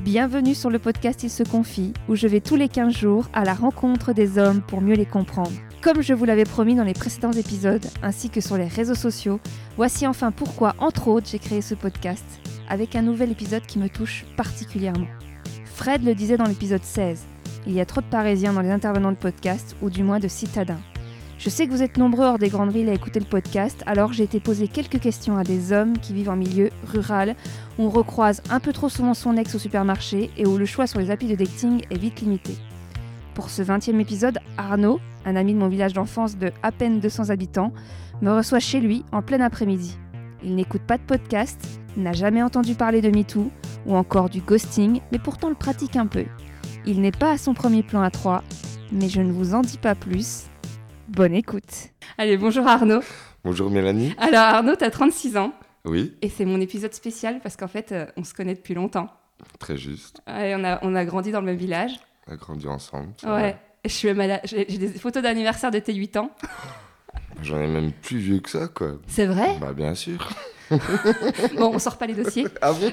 Bienvenue sur le podcast Il se confie, où je vais tous les 15 jours à la rencontre des hommes pour mieux les comprendre. Comme je vous l'avais promis dans les précédents épisodes, ainsi que sur les réseaux sociaux, voici enfin pourquoi, entre autres, j'ai créé ce podcast, avec un nouvel épisode qui me touche particulièrement. Fred le disait dans l'épisode 16, il y a trop de Parisiens dans les intervenants de podcast, ou du moins de citadins. Je sais que vous êtes nombreux hors des grandes villes à écouter le podcast, alors j'ai été poser quelques questions à des hommes qui vivent en milieu rural, où on recroise un peu trop souvent son ex au supermarché et où le choix sur les applis de dating est vite limité. Pour ce 20e épisode, Arnaud, un ami de mon village d'enfance de à peine 200 habitants, me reçoit chez lui en plein après-midi. Il n'écoute pas de podcast, n'a jamais entendu parler de MeToo ou encore du ghosting, mais pourtant le pratique un peu. Il n'est pas à son premier plan à 3, mais je ne vous en dis pas plus. Bonne écoute. Allez, bonjour Arnaud. Bonjour Mélanie. Alors Arnaud, t'as 36 ans Oui, et c'est mon épisode spécial parce qu'en fait, euh, on se connaît depuis longtemps. très juste. Ouais, on, a, on a grandi dans le même village. On a grandi ensemble. c'est Ouais. Je suis même à la- J'ai j'ai des photos d'anniversaire de tes 8 ans. vrai. J'en ai même plus vieux que ça, quoi. C'est vrai Bah bien sûr. Bon, on sort pas les dossiers. Ah bon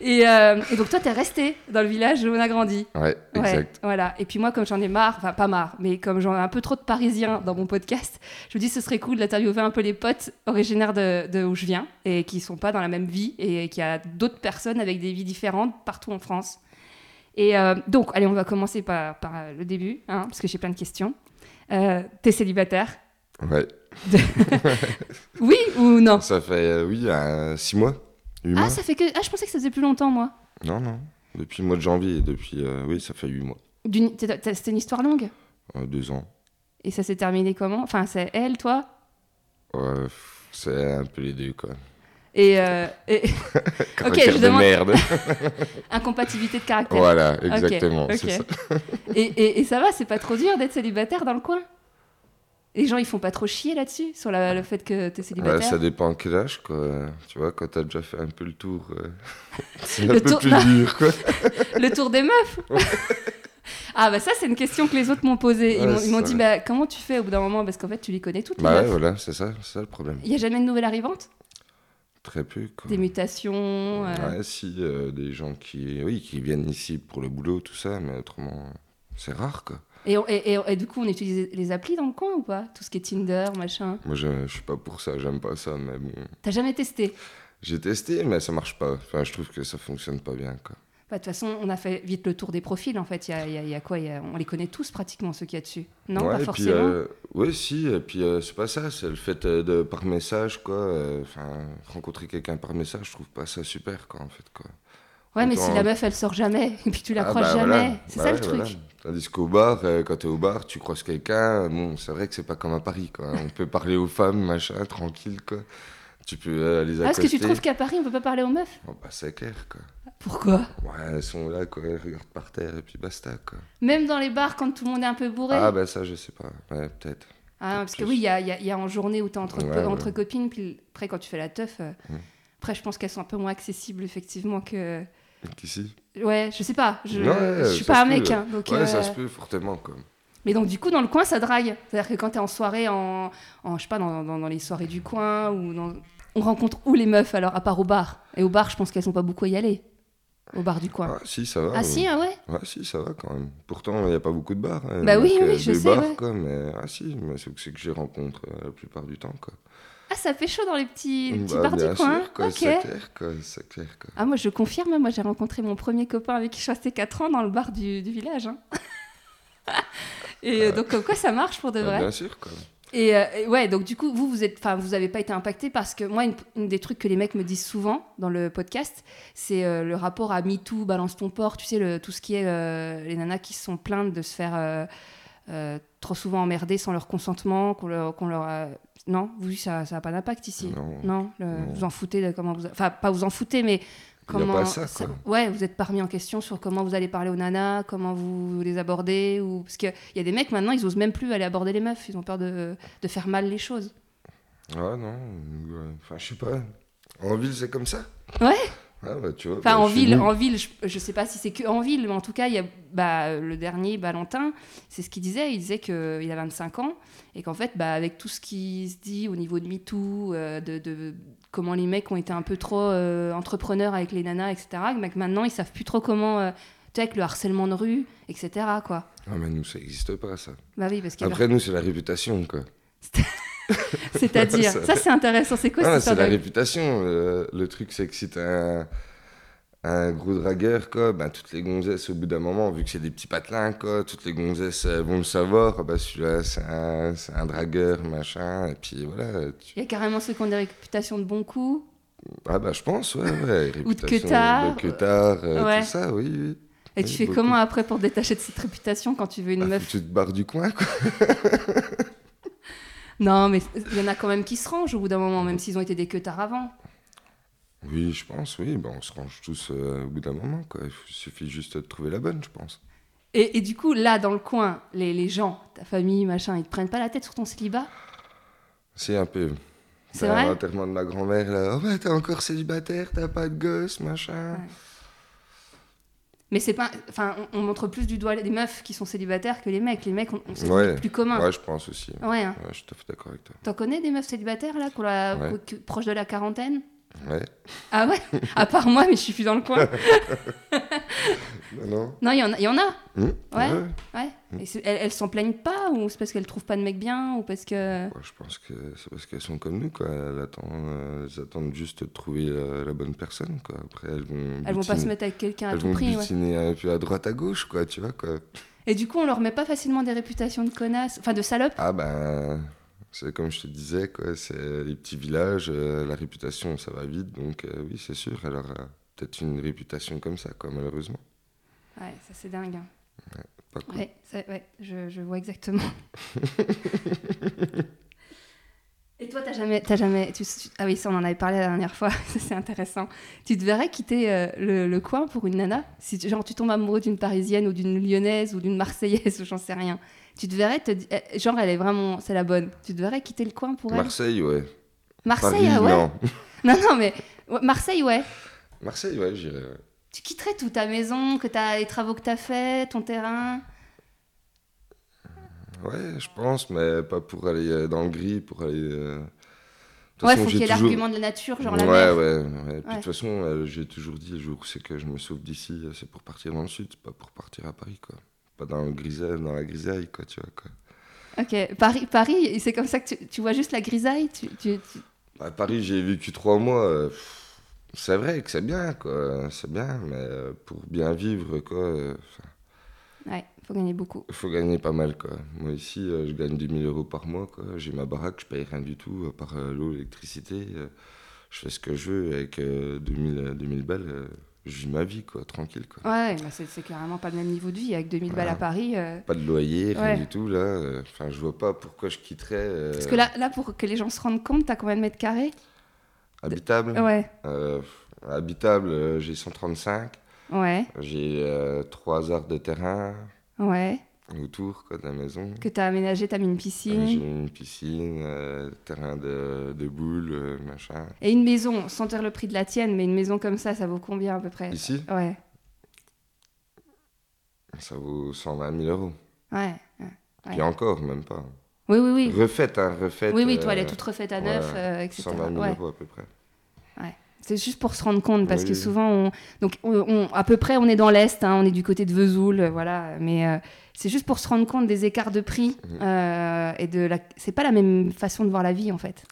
Et, euh, et donc toi, t'es resté dans le village où on a grandi. Ouais, Ouais, exact. voilà. Et puis moi, comme j'en ai marre, enfin pas marre, mais comme j'en ai un peu trop de Parisiens dans mon podcast, je me dis ce serait cool d'interviewer un peu les potes originaires de, de où je viens et qui sont pas dans la même vie et qui a d'autres personnes avec des vies différentes partout en France. Et euh, donc, allez, on va commencer par, par euh, le début, hein, parce que j'ai plein de questions. Euh, T'es célibataire Ouais. Oui ou non Ça fait, euh, oui, euh, six mois. Huit mois Ah, ça fait que ah, je pensais que ça faisait plus longtemps moi. Non, non. Depuis le mois de janvier, depuis, euh, oui, ça fait huit mois. D'une- t'as- t'as- C'était une histoire longue. Euh, deux ans. Et ça s'est terminé comment Enfin, c'est elle, toi Ouais, pff, c'est un peu les deux, quoi. et, euh, et- Caractère je de demande- merde. incompatibilité de caractère. voilà, Ok, exactement. ok. C'est ça. Et, et- et ça va, c'est pas trop dur d'être célibataire dans le coin Les gens, ils font pas trop chier là-dessus, sur la- le fait que t'es Ouais, célibataire ça dépend quel âge, quoi. Tu vois, quand t'as déjà fait un peu le tour, euh, c'est un Le peu tour- plus dur, quoi. Le tour des meufs Ah bah ça, c'est une question que les autres m'ont posée. Ils Ouais, m'ont- c'est ils m'ont ça, dit, ouais. bah comment tu fais au bout d'un moment Parce qu'en fait, tu les connais toutes les Bah ouais, meufs. voilà, c'est ça, c'est ça le problème. Il y a jamais de nouvelles arrivantes Très peu, quoi. Des mutations euh, Ouais, si, euh, des gens qui, oui, qui viennent ici pour le boulot, tout ça, mais autrement, c'est rare, quoi. et, on- et- et- et du coup, on utilise les applis dans le coin ou pas Tout ce qui est Tinder, machin. Moi, je, je suis pas pour ça, j'aime pas ça, mais bon. T'as jamais testé J'ai testé, mais ça marche pas. Enfin, je trouve que ça fonctionne pas bien, quoi. Bah, De toute façon, on a fait vite le tour des profils, en fait. Il y a, il y a- il y a quoi Il y a- On les connaît tous pratiquement, ceux qu'il y a dessus. Non, Ouais, pas et forcément. Puis, euh, ouais, si, et puis euh, c'est pas ça, c'est le fait euh, de, par message, quoi. euh, Enfin, rencontrer quelqu'un par message, je trouve pas ça super, quoi, en fait, quoi. Ouais, mais si Autant- la meuf, elle sort jamais, et puis tu la Ah, crois bah, jamais, voilà. c'est Bah ça ouais, le truc. voilà. Tandis qu'au bar, euh, quand t'es au bar, tu croises quelqu'un, bon, c'est vrai que c'est pas comme à Paris, quoi. hein. On peut parler aux femmes, machin, tranquille, quoi. Tu peux euh, les Ah, est-ce accoster. que tu trouves qu'à Paris, on peut pas parler aux meufs Bon, bah, c'est clair, quoi. Pourquoi Ouais, elles sont là, quoi, elles regardent par terre, et puis basta, quoi. Même dans les bars, quand tout le monde est un peu bourré. Ah, bah ça, je sais pas. Ouais, peut-être. Ah, parce que oui, il y a, il y a- il y a en journée où t'es entre, Ouais, ouais. entre copines, puis après, quand tu fais la teuf, euh, Mm. après, je pense qu'elles sont un peu moins accessibles, effectivement, que. Ici Ouais, je sais pas, je, Ouais, je suis ça pas un se mec, peut. hein, donc. Ouais, euh, ça se peut, fortement, quoi. Mais donc, du coup, dans le coin, ça drague. C'est-à-dire que quand t'es en soirée, en, en- je sais pas, dans, dans- dans les soirées du coin, ou dans... on rencontre où les meufs alors, à part au bar Et au bar, je pense qu'elles sont pas beaucoup à y aller. Au bar du coin. Ah, si, ça va. Ah ouais. si, ah ouais Ouais, si, ça va quand même. Pourtant, il n'y a pas beaucoup de bars. hein, Bah oui, donc, oui, euh, je des sais, bars, ouais. quoi, mais ah si, mais c'est c'est que j'y rencontre euh, la plupart du temps, quoi. Ah, ça fait chaud dans les petits, les petits Bah, bars du bien coin. hein. sûr, quoi, ok. C'est clair, quoi, c'est clair, quoi. Ah, moi, je confirme, moi, j'ai rencontré mon premier copain avec qui je suis restée 4 ans dans le bar du, du village. hein. Et Ah. euh, donc, comme quoi, ça marche pour de Bah, vrai. bien sûr, quoi. Et, euh, et ouais, donc du coup, vous, vous êtes, enfin, vous avez pas été impacté parce que moi, une, une des trucs que les mecs me disent souvent dans le podcast, c'est euh, le rapport à MeToo, balance ton porc, tu sais, le, tout ce qui est euh, les nanas qui se sont plaintes de se faire euh, euh, trop souvent emmerder sans leur consentement, qu'on leur, qu'on leur a- non, vous ça, ça a pas d'impact ici. Non. Non, le- Non. vous en foutez de comment vous, enfin, pas vous en foutez, mais Il n'y a comment pas ça, quoi. ouais, vous êtes pas remis en question sur comment vous allez parler aux nanas, comment vous les abordez, ou parce que il y a des mecs maintenant, ils osent même plus aller aborder les meufs, ils ont peur de, de faire mal les choses. Ouais, non. euh, Enfin, je sais pas. En ville, c'est comme ça Ouais. Ah, bah, tu vois. Enfin, bah, en je suis ville, nul. en ville, je, je sais pas si c'est que en ville, mais en tout cas, il y a bah, euh, le dernier Valentin, c'est ce qu'il disait. Il disait qu'il a 25 ans et qu'en fait, bah, avec tout ce qui se dit au niveau de MeToo, euh, de, de comment les mecs ont été un peu trop euh, entrepreneurs avec les nanas, etc. Mais que maintenant, ils savent plus trop comment. euh, tu sais, avec le harcèlement de rue, etc. Quoi. Ah, mais nous, ça n'existe pas, ça. Bah oui, parce que Après, nous, c'est la réputation, quoi. c'est-à-dire, ça- ça c'est intéressant. C'est quoi Ah, cette c'est histoire la de- réputation. Le, le truc, c'est que si t'as un, un gros dragueur, quoi, bah, toutes les gonzesses, au bout d'un moment, vu que c'est des petits patelins, quoi, toutes les gonzesses euh, vont le savoir. Ah Bah, celui-là, c'est un, c'est un dragueur, machin. Et puis voilà. tu- Il y a carrément ceux qui ont des réputations de bons coups. Ah, bah, je pense, ouais, ouais. Ou de réputation queutard. De queutard, euh, Ouais. tout ça, oui, oui. Et tu Oui, fais beaucoup. comment après pour te détacher de cette réputation quand tu veux une Bah, meuf faut que tu te barres du coin, quoi. Non, mais il y en a quand même qui se rangent au bout d'un moment, même s'ils ont été des queutards avant. Oui, je pense, oui. Bah, on se range tous euh, au bout d'un moment, quoi. Il f- suffit juste de trouver la bonne, je pense. Et, et du coup, là, dans le coin, les, les gens, ta famille, machin, ils te prennent pas la tête sur ton célibat C'est un peu. C'est T'as vrai L'enterrement de ma grand-mère, là. Oh, bah, t'es encore célibataire, t'as pas de gosse, machin. Ouais. Mais c'est pas. Enfin, on, on montre plus du doigt les meufs qui sont célibataires que les mecs. Les mecs, on, on c'est Ouais. plus commun. Ouais, je pense aussi. Ouais, Ouais, hein. je suis tout à fait d'accord avec toi. T'en connais des meufs célibataires là, qu'on la- Ouais. que- proches de la quarantaine Ouais. Ah ouais À part moi, mais je suis plus dans le coin. Non, Bah, non. Non, il y en a. il y en a. Hmm Ouais. Ouais. Mm. Et c'est- elles elles s'en plaignent pas ou c'est parce qu'elles trouvent pas de mec bien ou parce que. Ouais, je pense que c'est parce qu'elles sont comme nous, quoi. Elles attendent, euh, elles attendent juste de trouver euh, la, la bonne personne, quoi. Après, elles vont. Elles vont pas butiner- se mettre avec quelqu'un à Elles tout vont prix. ouais. butiner un peu à droite, à gauche, quoi, tu vois, quoi. Et du coup, on leur met pas facilement des réputations de connasses, enfin de salopes. Ah, ben. C'est comme je te disais, quoi. C'est les petits villages, euh, la réputation, ça va vite. Donc, euh, oui, c'est sûr. Elle aura peut-être une réputation comme ça, quoi, malheureusement. Ouais, ça c'est dingue. hein. Pas cool. Ouais, ça- ouais, je, je vois exactement. Et toi, t'as jamais, t'as jamais, tu- tu- ah oui, ça on en avait parlé la dernière fois, ça c'est intéressant. Tu te verrais quitter euh, le, le coin pour une nana Si tu- genre tu tombes amoureux d'une Parisienne ou d'une Lyonnaise ou d'une Marseillaise ou j'en sais rien, tu te verrais te, di- eh, genre elle est vraiment, c'est la bonne. Tu te verrais quitter le coin pour elle Marseille, ouais. Marseille, ah Paris, ouais. non. Non, non, mais ouais, Marseille, ouais. Marseille, ouais, j'irais. ouais. Tu quitterais toute ta maison, que t'as les travaux que t'as fait, ton terrain. Ouais, je pense, mais pas pour aller euh, dans le gris, pour aller. euh, de toute ouais, façon, faut j'ai qu'il y ait toujours- l'argument de la nature, genre ouais, la mer. ouais, ouais. Puis de Ouais. toute façon, euh, j'ai toujours dit, le jour où c'est que je me sauve d'ici, euh, c'est pour partir dans le sud, c'est pas pour partir à Paris, quoi. Pas dans le grisaille, dans la grisaille, quoi, tu vois, quoi. Ok, Paris, Paris c'est comme ça que tu, tu vois juste la grisaille. Tu, tu- tu- À Paris, j'ai vécu trois mois. euh, pff, C'est vrai que c'est bien, quoi. C'est bien, mais euh, pour bien vivre, quoi, euh, Ouais, faut gagner beaucoup. faut gagner pas mal, quoi. Moi, ici, euh, je gagne 2000 euros par mois, quoi. J'ai ma baraque, je paye rien du tout, à part euh, l'eau, l'électricité. euh, je fais ce que je veux avec euh, 2000, euh, 2000 balles. euh, je vis ma vie, quoi, tranquille, quoi. Ouais, bah c'est c'est carrément pas le même niveau de vie. Avec 2000 balles à Voilà. Paris. euh, Pas de loyer, rien Ouais. du tout, là. euh, Enfin, je vois pas pourquoi je quitterais. euh, Parce que là, là, pour que les gens se rendent compte, t'as combien de mètres carrés Habitable Ouais, Euh, Habitable, euh, j'ai 135. ouais, J'ai 3 heures de terrain ouais. autour, quoi, de la maison. Que t'as aménagé, t'as mis une Euh, J'ai piscine. une piscine, euh, terrain de, de boules, euh, machin. Et une maison, sans dire le prix de la tienne, mais une maison comme ça, ça vaut combien à peu près Ici Ouais, Ça vaut 120 000 euros. ouais. ouais. Et encore, même pas. Oui, oui, oui. Refaite, hein, refaite. Oui, oui, toi, elle euh, est toute refaite à neuf, voilà, euh, etc. 120 000 Ouais. euros à peu près. C'est juste pour se rendre compte, parce Oui, que oui. souvent, on... Donc, on, on- à peu près, on est dans l'Est, hein, on est du côté de Vesoul, euh, voilà, mais euh, c'est juste pour se rendre compte des écarts de prix Mhm. euh, et de la... C'est pas la même façon de voir la vie, en fait.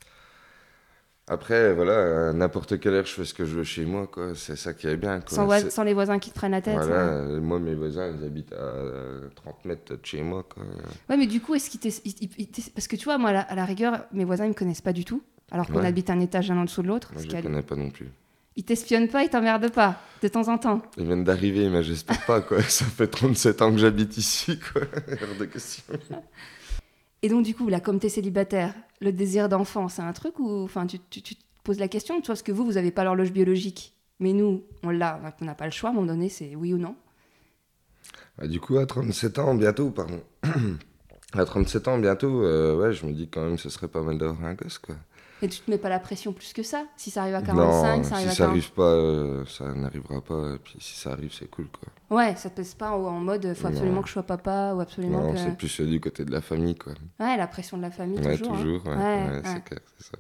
Après, voilà, à n'importe quelle heure, je fais ce que je veux chez moi, quoi. C'est ça qui est bien, quoi. sans, voi- C'est- sans les voisins qui te prennent la tête. hein. Voilà, ouais. euh, moi, mes voisins, ils habitent à euh, 30 mètres de chez moi, quoi. Ouais, mais du coup, est-ce qu'ils t'es- ils- ils- ils t'es- Parce que tu vois, moi, à la, à la rigueur, mes voisins, ils me connaissent pas du tout, alors qu'on Ouais. habite un étage l'un en dessous de l'autre. Moi, ce je qui les est- connais pas non plus. Ils t'espionnent pas, ils t'emmerdent pas, de temps en temps. Ils viennent d'arriver, mais j'espère pas, quoi. Ça fait 37 ans que j'habite ici, quoi. Hors de question. Et donc, du coup, là, comme t'es célibataire, le désir d'enfant, c'est un truc ou enfin, tu, tu, tu te poses la question, tu vois, parce que vous, vous n'avez pas l'horloge biologique. Mais nous, on l'a, donc on n'a pas le choix, à un moment donné, c'est oui ou non. Bah, du coup, à 37 ans, bientôt, pardon. à 37 ans, bientôt, euh, ouais, je me dis quand même, ce serait pas mal d'avoir un gosse, quoi. Et tu te mets pas la pression plus que ça. Si ça arrive à 45, non, ça arrive à si ça 40. arrive pas, euh, ça n'arrivera pas. Et puis si ça arrive, c'est cool, quoi. Ouais, ça te pèse pas en en mode, faut absolument Non. que je sois papa ou absolument Non, que. c'est plus euh, du côté de la famille, quoi. Ouais, la pression de la famille, ouais, toujours. hein. toujours, ouais, Ouais, ouais, ouais. c'est clair, c'est ça.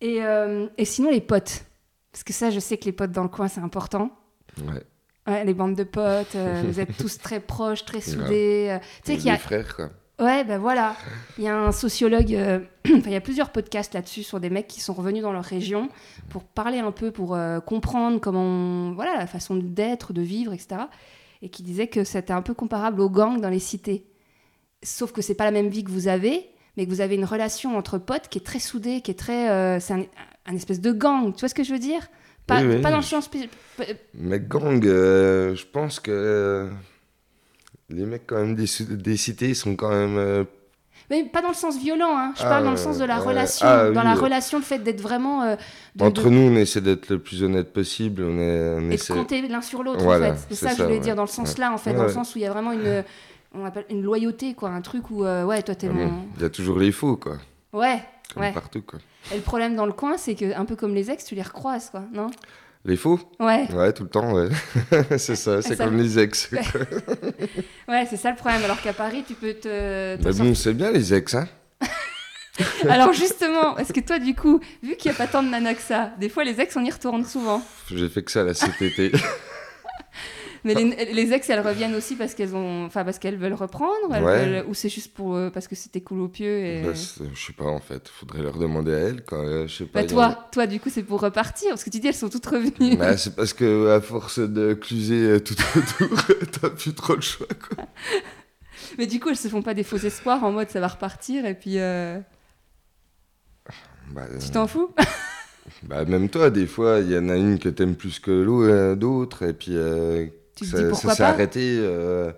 Et, euh, et sinon, les potes. Parce que ça, je sais que les potes dans le coin, c'est important. Ouais. Ouais, les bandes de potes, euh, vous êtes tous très proches, très soudés. euh, tu sais Les qu'il y a frères, quoi. Ouais, ben voilà. Il y a un sociologue, euh, enfin, il y a plusieurs podcasts là-dessus sur des mecs qui sont revenus dans leur région pour parler un peu, pour euh, comprendre comment, on- voilà, la façon d'être, de vivre, etc. Et qui disait que c'était un peu comparable aux gangs dans les cités. Sauf que c'est pas la même vie que vous avez, mais que vous avez une relation entre potes qui est très soudée, qui est très. euh, c'est un, un espèce de gang, tu vois ce que je veux dire pas, Oui, oui. pas dans le sens. pi- Mais gang, euh, je pense que euh, les mecs quand même des, ci- des cités sont quand même euh, Mais pas dans le sens violent, hein. je Ah, parle dans le ouais, sens de la ouais. relation. Ah, dans oui. la relation, le fait d'être vraiment. euh, de- entre de- nous, on essaie d'être le plus honnête possible. On, est, on et de essaie. compter l'un sur l'autre Voilà, en fait. C'est c'est ça que je ça, voulais ouais. dire dans le sens là en fait, Ouais, dans le ouais. sens où il y a vraiment une on appelle une loyauté quoi, un truc où euh, ouais toi t'es Ah bon, mon Il y a toujours les faux, quoi. ouais Comme Ouais. partout, quoi. et le problème dans le coin c'est que un peu comme les ex tu les recroises quoi non Les faux ouais Ouais, tout le temps, ouais. c'est ça, c'est Ah, Ça- comme les ex. Ouais. ouais c'est ça le problème alors qu'à Paris tu peux te, te Mais bon, c'est bien les ex, hein. sortir. alors justement est-ce que toi du coup vu qu'il n'y a pas tant de nanas que ça des fois les ex on y retourne souvent J'ai fait que ça la CTT. mais Ah. les, les ex elles reviennent aussi parce qu'elles ont enfin parce qu'elles veulent reprendre elles Ouais. veulent- ou c'est juste pour euh, parce que c'était cool au pieu et Bah, c'est- je sais pas, en fait. Faudrait leur demander à elles, quoi. Euh, je sais pas. Bah il y en a- toi, toi du coup c'est pour repartir parce que tu dis elles sont toutes revenues. Bah, c'est parce que à force de cluser euh, tout autour, t'as plus trop le choix. Mais du coup elles se font pas des faux espoirs en mode ça va repartir et puis euh, Bah, euh, tu t'en fous. bah, même toi, des fois, il y en a une que t'aimes plus que l'au- euh, d'autres, et puis euh, tu te ça, dis ça pourquoi s'est pas. arrêté. euh,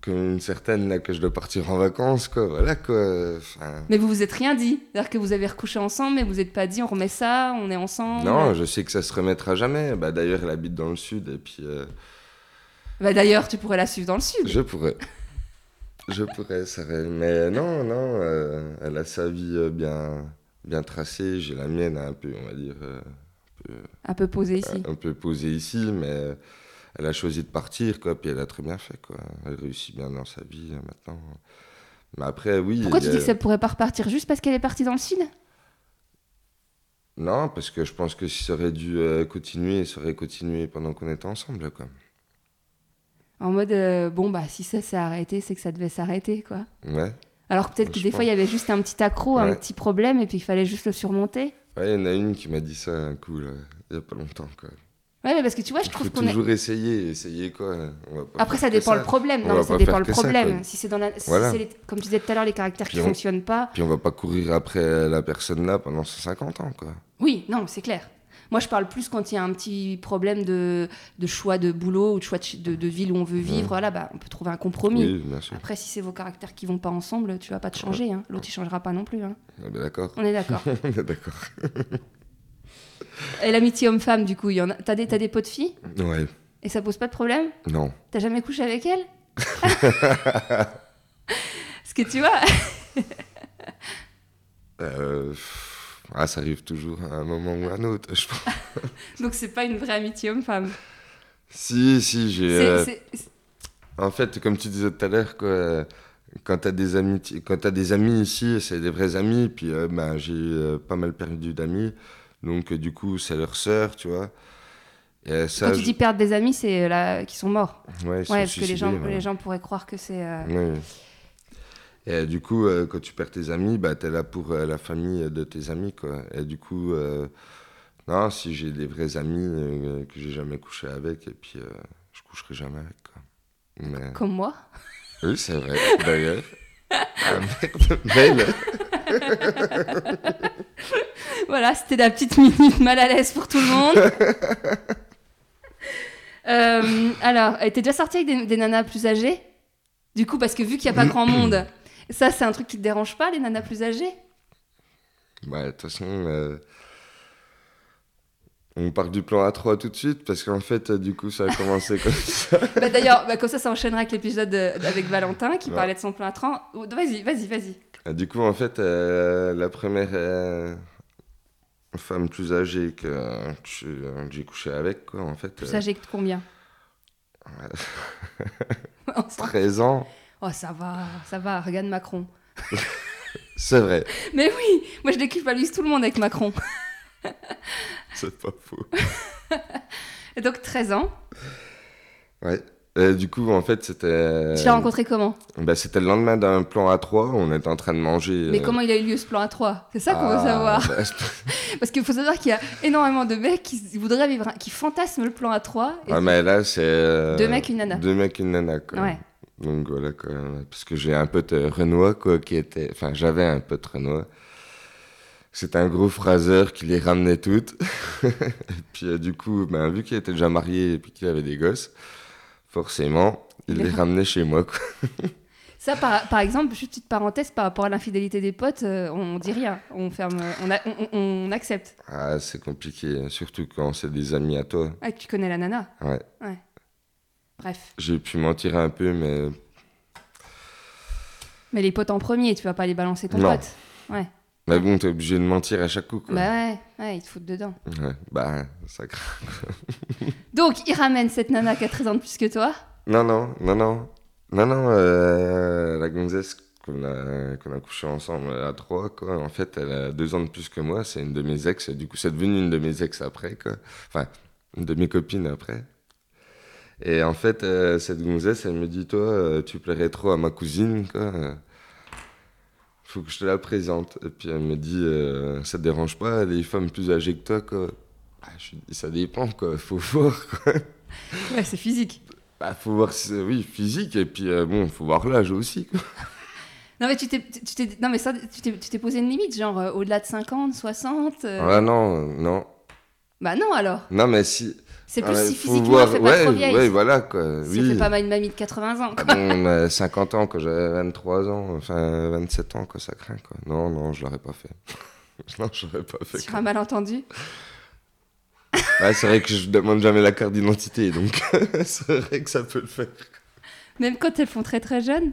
comme une certaine là que je dois partir en vacances, quoi. Voilà, quoi. Enfin, Mais vous vous êtes rien dit, c'est-à-dire que vous avez recouché ensemble mais vous n'êtes pas dit on remet ça, on est ensemble. non, je sais que ça se remettra jamais. Bah, D'ailleurs, elle habite dans le sud, et puis euh, Bah d'ailleurs tu pourrais la suivre dans le sud. je pourrais. Je pourrais, ça va. Mais non, non, euh, elle a sa vie euh, bien, bien tracée. J'ai la mienne, un peu, on va dire. euh, Un peu posé ici. un peu posée ici, mais elle a choisi de partir, quoi, puis elle a très bien fait, quoi. Elle réussit bien dans sa vie euh, maintenant. Mais après, oui. Pourquoi il tu y a- dis que ça pourrait pas repartir juste parce qu'elle est partie dans le sud Non, parce que je pense que si ça aurait dû euh, continuer, ça aurait continué pendant qu'on était ensemble, quoi. En mode euh, bon bah si ça s'est arrêté c'est que ça devait s'arrêter quoi. Ouais. Alors que peut-être que Bah, Je des fois il y avait juste un petit accro, un Ouais. petit problème et puis il fallait juste le surmonter. Ouais, il y en a une qui m'a dit ça un coup, là, il y a pas longtemps, quoi. Ouais mais parce que tu vois Ah, je trouve Faut qu'on est toujours essayer, essayer, quoi. On va pas Après, faire ça que dépend le problème. On Non, va mais ça pas dépend faire le que ça, problème. quoi. si c'est dans la, si Voilà. c'est les- comme tu disais tout à l'heure, les caractères qui Puis on- fonctionnent pas. Puis on va pas courir après la personne là pendant 150 ans, quoi. Oui, non, c'est clair. Moi, je parle plus quand il y a un petit problème de, de choix de boulot ou de choix de, ch- de- de ville où on veut vivre. Voilà, bah, on peut trouver un compromis. Oui, bien sûr. Après, si c'est vos caractères qui vont pas ensemble, tu vas pas te changer. hein. L'autre, il changera pas non plus. hein. Ah, ben, d'accord. On est d'accord. On est d'accord. Et l'amitié homme-femme, du coup, il y en a. T'as des, t'as des potes filles Ouais. et ça pose pas de problème Non. T'as jamais couché avec elle Parce que tu vois, Euh, pff, ah, ça arrive toujours à un moment ou à un autre, je pense. donc c'est pas une vraie amitié homme-femme. si, si, j'ai. C'est- euh, c'est- c'est- En fait, comme tu disais tout à l'heure, quoi, euh, quand t'as des amis, quand t'as des amis ici, c'est des vrais amis. Puis, euh, ben, j'ai euh, pas mal perdu d'amis, donc euh, du coup, c'est leur sœur, tu vois. Et euh, ça, Quand tu je- dis perdre des amis, c'est là qui sont morts. ouais, ils sont Ouais, parce que les suicidés, gens, voilà. les gens pourraient croire que c'est. euh, Ouais. Et euh, du coup, euh, quand tu perds tes amis, bah, t'es là pour euh, la famille de tes amis, quoi. Et du coup, euh, non, si j'ai des vrais amis euh, que j'ai jamais couché avec, et puis euh, je coucherai jamais avec, quoi. Mais... Comme moi. Oui, c'est vrai, d'ailleurs. Ah merde, mail. Voilà, c'était la petite minute mal à l'aise pour tout le monde. Euh, alors, euh, t'es déjà sorti avec des, des nanas plus âgées Du coup, parce que vu qu'il n'y a pas grand monde, ça, c'est un truc qui te dérange pas, les nanas plus âgées Bah, de toute façon, euh, on part du plan A3 tout de suite, parce qu'en fait, euh, du coup, ça a commencé comme ça. Bah, D'ailleurs, bah, comme ça, ça enchaînera avec l'épisode de- avec Valentin qui Ouais. parlait de son plein train. Oh, Vas-y, vas-y, vas-y. Et Ah, du coup, en fait, euh, la première euh, femme plus âgée que euh, que j'ai- euh, que j'ai couché avec, quoi, en fait, Plus euh, âgées que combien présent. Oh, ça va, ça va, regarde Macron. C'est vrai, Mais oui, moi je déculpabilise tout le monde avec Macron. c'est pas faux. Et donc 13 ans, Ouais. Euh, du coup, en fait, c'était. tu l'as rencontré comment Bah, c'était le lendemain d'un plan A3. On était en train de manger. Mais euh, comment il a eu lieu ce plan A3 C'est ça qu'on ah, veut savoir. bah, Parce qu'il faut savoir qu'il y a énormément de mecs qui voudraient vivre, un- qui fantasment le plan A3. et- ouais, Ah, mais là, c'est. euh, Deux mecs, une nana. Deux mecs, une nana, quoi. Ouais. Donc voilà, quoi. Parce que j'ai un pote euh, Renoir, quoi, qui était. Enfin, j'avais un pote Renoir. C'était un gros phraseur qui les ramenait toutes. et puis, euh, du coup, ben, vu qu'il était déjà marié et puis qu'il avait des gosses, forcément, il Il les est- ramenait chez moi, quoi. Ça, par, par exemple, juste petite parenthèse par rapport à l'infidélité des potes, euh, on dit rien, on ferme, euh, on, a- on- on- on accepte. Ah, c'est compliqué, hein, surtout quand c'est des amis à toi. Ah, tu connais la nana. Ouais. Bref, J'ai pu mentir un peu, mais mais les potes en premier, tu vas pas les balancer ton Non. pote. Mais bon, t'es obligé de mentir à chaque coup, quoi. Bah ouais, ouais, ils te foutent dedans. Ouais, bah, ça craint. Donc, il ramène cette nana qui a 13 ans de plus que toi. Non, non, non, non. Non, non, euh, la gonzesse qu'on a, qu'on a couché ensemble à trois, quoi. En fait, elle a deux ans de plus que moi, c'est une de mes ex. et Du coup, c'est devenu une de mes ex après, quoi. Enfin, une de mes copines après. Et en fait, euh, cette gonzesse, elle me dit Toi, euh, tu plairais trop à ma cousine, quoi. Euh, Faut que je te la présente. Et puis elle me dit euh, Ça te dérange pas, les femmes plus âgées que toi, quoi. Ah, je lui dis Ça dépend, quoi. Faut voir, quoi. Ouais, c'est physique. Bah, faut voir, si- oui, physique, et puis euh, bon, faut voir l'âge aussi. quoi. Non, mais tu t'es, tu t'es- non, mais ça, tu t'es, tu t'es posé une limite, genre euh, au-delà de 50, 60. euh, Ah non, non. Bah non, alors. Non, mais si. C'est plus ah, si faut physiquement, voir- elle fait pas ouais, trop vieille. ouais, voilà, quoi. Ça oui. fait pas mal une mamie de 80 ans. Ah bon, euh, 50 ans, quand j'avais 23 ans, enfin 27 ans, quoi, ça craint, quoi. Non, non, je l'aurais pas fait. non, je l'aurais pas bah, fait. Sur un malentendu. Ouais, c'est vrai que je demande jamais la carte d'identité, donc c'est vrai que ça peut le faire. Même quand elles font très très jeune.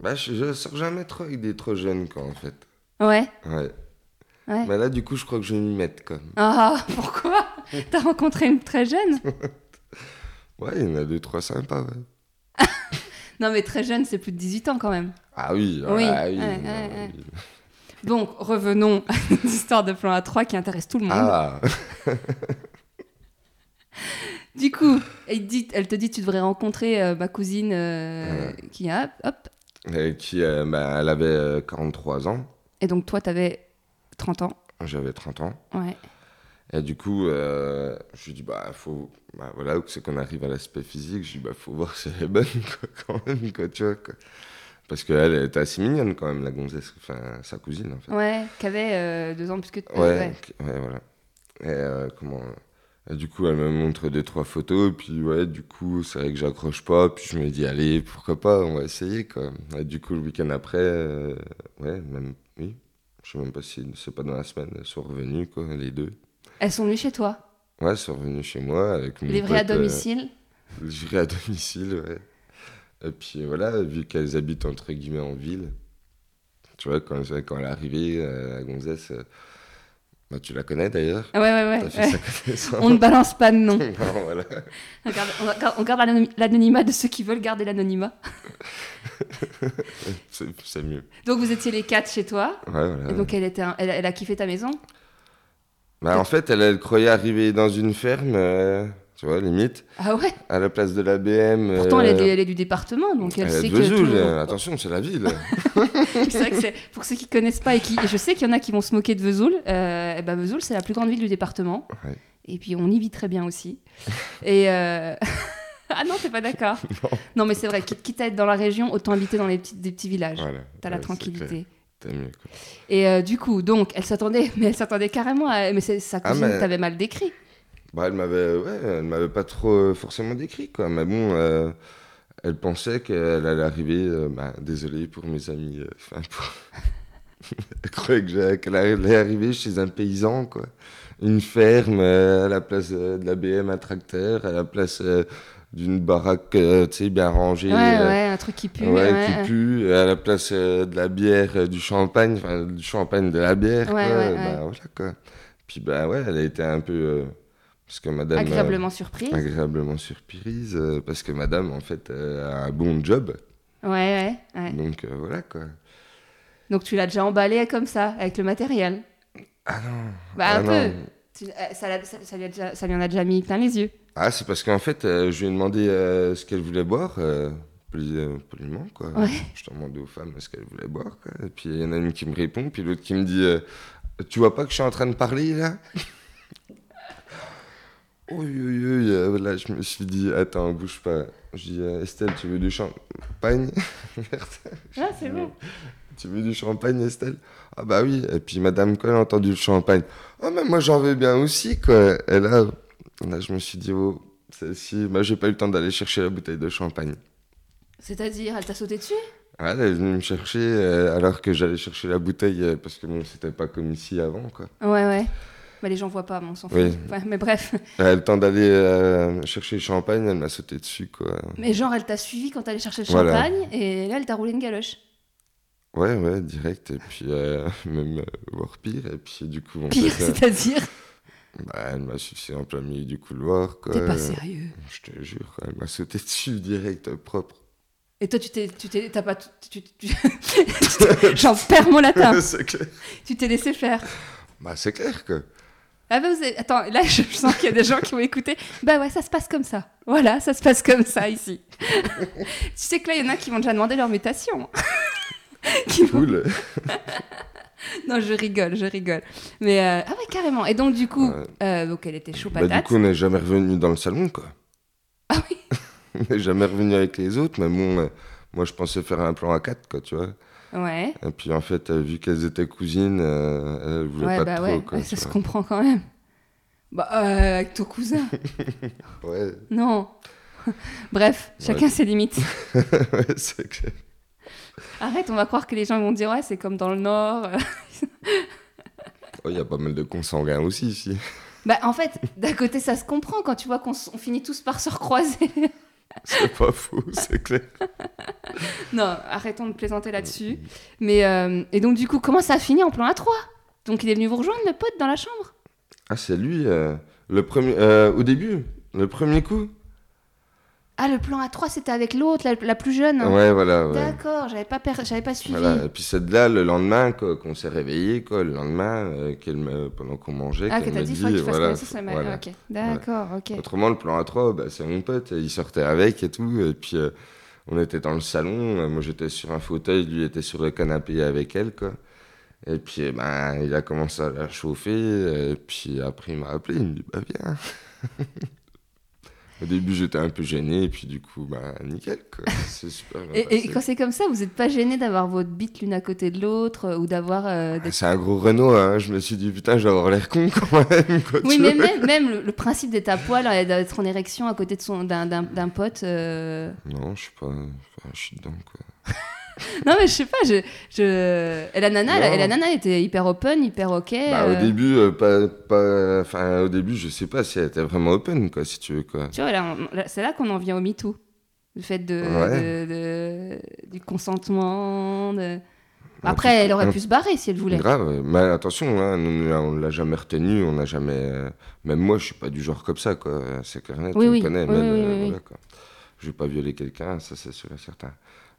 Bah, je, je sors jamais trop avec des trop jeunes, quoi, en fait. Ouais, Ouais. ouais. Mais là, du coup, je crois que je vais m'y mettre, quoi. Ah, pourquoi T'as rencontré une très jeune Ouais, il y en a deux, trois sympas, ouais. Non, mais très jeune, c'est plus de 18 ans quand même. Ah oui, Oui, ah oui, ouais, ouais, ah ouais. oui. Donc, revenons à l'histoire de plan A3 qui intéresse tout le monde. Ah, Du coup, elle, dit, elle te dit tu devrais rencontrer euh, ma cousine euh, qui a. Hop. euh, qui, euh, bah, elle avait euh, 43 ans, Et donc, toi, t'avais 30 ans. j'avais 30 ans. Ouais. Et du coup, euh, je lui dis, bah, faut, bah, voilà, où c'est qu'on arrive à l'aspect physique. Je lui dis, bah, faut voir si elle est bonne, quoi, quand même, quoi, tu vois, quoi. Parce qu'elle était assez mignonne, quand même, la gonzesse, enfin, sa cousine, en fait. Ouais, qui avait euh, deux ans de plus que toi. Ouais, ok, ouais, voilà. Et euh, comment. euh, et du coup, elle me montre deux, trois photos, puis ouais, du coup, c'est vrai que j'accroche pas, puis je me dis, allez, pourquoi pas, on va essayer, quoi. Et du coup, le week-end après, euh, ouais, même, oui, je sais même pas si c'est pas dans la semaine, elles sont revenues, quoi, les deux. Elles sont venues chez toi, Ouais, elles sont revenues chez moi avec mon livrées à pote, euh, domicile. livrées à domicile, ouais. Et puis voilà, vu qu'elles habitent entre guillemets en ville, tu vois, quand, quand elle est arrivée, euh, la gonzesse, euh, bah, tu la connais d'ailleurs. Ah Ouais, ouais, ouais. T'as fait ouais. ça comme ça. On ne balance pas de nom. Non, voilà. On garde, on garde- on garde l'anony- l'anonymat de ceux qui veulent garder l'anonymat. C'est c'est mieux. Donc, vous étiez les quatre chez toi. Ouais, voilà. Et donc, elle, était un- elle, elle a kiffé ta maison. Bah, en fait, elle, elle croyait arriver dans une ferme, euh, tu vois, limite, Ah ouais à la place de la BM. Pourtant, elle est, euh, du- elle est du département, donc elle, elle est sait de que. tout le Vesoul, monde- euh, Attention, c'est la ville. C'est vrai que c'est- pour ceux qui connaissent pas et qui, et je sais qu'il y en a qui vont se moquer de Vesoul. euh, eh ben Vesoul, c'est la plus grande ville du département. Ouais. Et puis on y vit très bien aussi. Et euh, ah non, t'es pas d'accord. Non. Non, mais c'est vrai. Quitte, quitte à être dans la région, autant habiter dans les petites, des petits villages. voilà. T'as la Ouais, c'est clair. tranquillité. T'as mieux. quoi. Et euh, du coup, donc, elle s'attendait, mais elle s'attendait carrément à. Mais c'est- sa Ah, cousine mais- t'avait mal décrit. Bah, elle m'avait, ouais, elle m'avait pas trop euh, forcément décrit, quoi. Mais bon, euh, elle pensait qu'elle allait arriver. euh, bah, désolé pour mes amis. euh, Enfin, pour- elle croyait que j'a- qu'elle allait arriver chez un paysan, quoi. Une ferme euh, à la place euh, de la BM, un tracteur, à la place euh, d'une baraque, euh, tu sais, bien rangée. Ouais, euh, ouais, un truc qui pue. ouais, ouais, qui ouais. pue, et à la place euh, de la bière, euh, du champagne, enfin du champagne, de la bière, Ouais, quoi, ouais, bah, voilà quoi. Puis bah ouais, elle a été un peu, euh, parce que madame... euh, Agréablement surprise. agréablement surprise, euh, parce que madame en fait euh, a un bon job, Ouais, ouais, ouais. donc euh, voilà quoi. Donc tu l'as déjà emballé comme ça, avec le matériel. Ah non. Bah, ah un non. peu. Tu- euh, ça, l'a- ça- ça lui a déjà- ça lui en a déjà mis plein les yeux. Ah, c'est parce qu'en fait, euh, je lui ai demandé euh, ce qu'elle voulait boire, euh, poli- euh, poliment, quoi. Ouais. Je demandais aux femmes ce qu'elles voulaient boire, quoi. Et puis, il y en a une qui me répond, puis l'autre qui me dit euh, Tu vois pas que je suis en train de parler, là Oui, oui, oui. euh, là, je me suis dit Attends, bouge pas. Je dis euh, Estelle, tu veux du champagne Merde. Ah, c'est bon. Tu veux du champagne, Estelle Ah bah oui. Et puis Madame Cole a entendu le champagne. Ah mais moi j'en veux bien aussi, quoi. Et là, là je me suis dit, oh, celle-ci, bah j'ai pas eu le temps d'aller chercher la bouteille de champagne. C'est-à-dire, elle t'a sauté dessus Ah, elle est venue me chercher euh, alors que j'allais chercher la bouteille euh, parce que bon, c'était pas comme ici avant, quoi. Ouais, ouais. Bah, les gens voient pas, mais on s'en fout. Oui. Ouais, mais bref. Elle a eu le temps d'aller euh, chercher le champagne, elle m'a sauté dessus, quoi. Mais genre, elle t'a suivi quand t'allais chercher le Voilà. champagne, et là, elle t'a roulé une galoche. Ouais, ouais, direct. Et puis, euh, même, euh, voire pire. Et puis, du coup, on Pire, c'est-à-dire. bah, elle m'a sucé en plein milieu du couloir, quoi. T'es pas sérieux. Je te jure, quoi, elle m'a sauté dessus direct, euh, propre. Et toi, tu t'es. Tu t'es. T'as pas. tu- tu- tu- J'en perds mon latin. c'est clair. Tu t'es laissé faire. Bah, c'est clair, quoi. Ah bah, vous avez- Attends, là, je sens qu'il y a des gens qui vont écouter. Bah ouais, ça se passe comme ça. Voilà, ça se passe comme ça ici. tu sais que là, il y en a qui m'ont déjà demandé leur mutation. qui vont- Cool. Non, je rigole, je rigole. Mais. euh, Ah ouais, carrément. Et donc, du coup. Ouais. euh, donc, elle était chou Bah, du patate. coup, on n'est jamais revenu dans le salon, quoi. Ah oui. On n'est jamais revenu avec les autres, mais bon, euh, moi, je pensais faire un plan à quatre, quoi, tu vois. Ouais. Et puis, en fait, euh, vu qu'elles étaient cousines, euh, elles voulaient Ouais, pas bah trop, ouais, quoi. ouais, ça tu se comprend quand même. Bah, euh, avec ton cousin, vois. Ouais, non. Bref, chacun ses limites. ouais, c'est clair. Arrête, on va croire que les gens vont dire, ouais, c'est comme dans le Nord. Oh, Il y a pas mal de consanguins aussi, ici. Bah, en fait, d'un côté, ça se comprend quand tu vois qu'on s- on finit tous par se recroiser. C'est pas faux, c'est clair. non, arrêtons de plaisanter là-dessus. Mais, euh, et donc, du coup, comment ça a fini en plan A3 Donc, il est venu vous rejoindre, le pote, dans la chambre Ah, c'est lui, euh, le premier... euh, au début, le premier coup Ah, le plan A3, c'était avec l'autre, la, la plus jeune. hein. Ouais, voilà, ouais. D'accord, j'avais pas, per- j'avais pas suivi. Voilà, et puis c'est de là, le lendemain, quoi, qu'on s'est réveillé, quoi, le lendemain, euh, qu'elle me- pendant qu'on mangeait, Ah, que qu'elle t'as m'a dit, dit, il faudrait que tu fasses voilà, comme ça, ça m'a- voilà. Ah, Ok, d'accord, ok. Autrement, le plan A3, bah, c'est mon pote, il sortait avec et tout, et puis euh, on était dans le salon, euh, moi j'étais sur un fauteuil, lui était sur le canapé avec elle, quoi. Et puis, eh ben, il a commencé à la chauffer, euh, et puis après, il m'a appelé, il me dit, bah, viens. Au début, j'étais un peu gêné, et puis du coup, bah, nickel, quoi. C'est super. bien Et, et passé. quand c'est comme ça, vous n'êtes pas gêné d'avoir votre bite l'une à côté de l'autre euh, ou d'avoir euh, des... Ah, C'est un gros Renault, hein. je me suis dit putain, je vais avoir l'air con quand même. quoi, Oui, tu mais vois. même, même le, le principe d'être à poil et d'être en érection à côté de son d'un- d'un d'un pote. euh, Non, je suis pas. enfin, je suis dedans quoi. Non, mais je sais pas. Je, je... Et la nana, elle- Non. et la nana était hyper open, hyper ok. Bah, euh, Au début, euh, pas, pas- enfin, au début, je sais pas si elle était vraiment open quoi, si tu veux quoi. Tu vois, là, on- là, c'est là qu'on en vient au MeToo. Le fait de, Ouais. de- de- du consentement. de- tout- Après, elle aurait un- pu se barrer si elle voulait. Grave, mais attention, hein, nous, on l'a jamais retenu, on n'a jamais. euh, Même moi, je suis pas du genre comme ça quoi. C'est clair net, Oui, tu oui. me connais. Oui, même, oui, oui, euh, oui, oui. voilà, quoi. Je vais pas violer quelqu'un, ça c'est sûr et certain.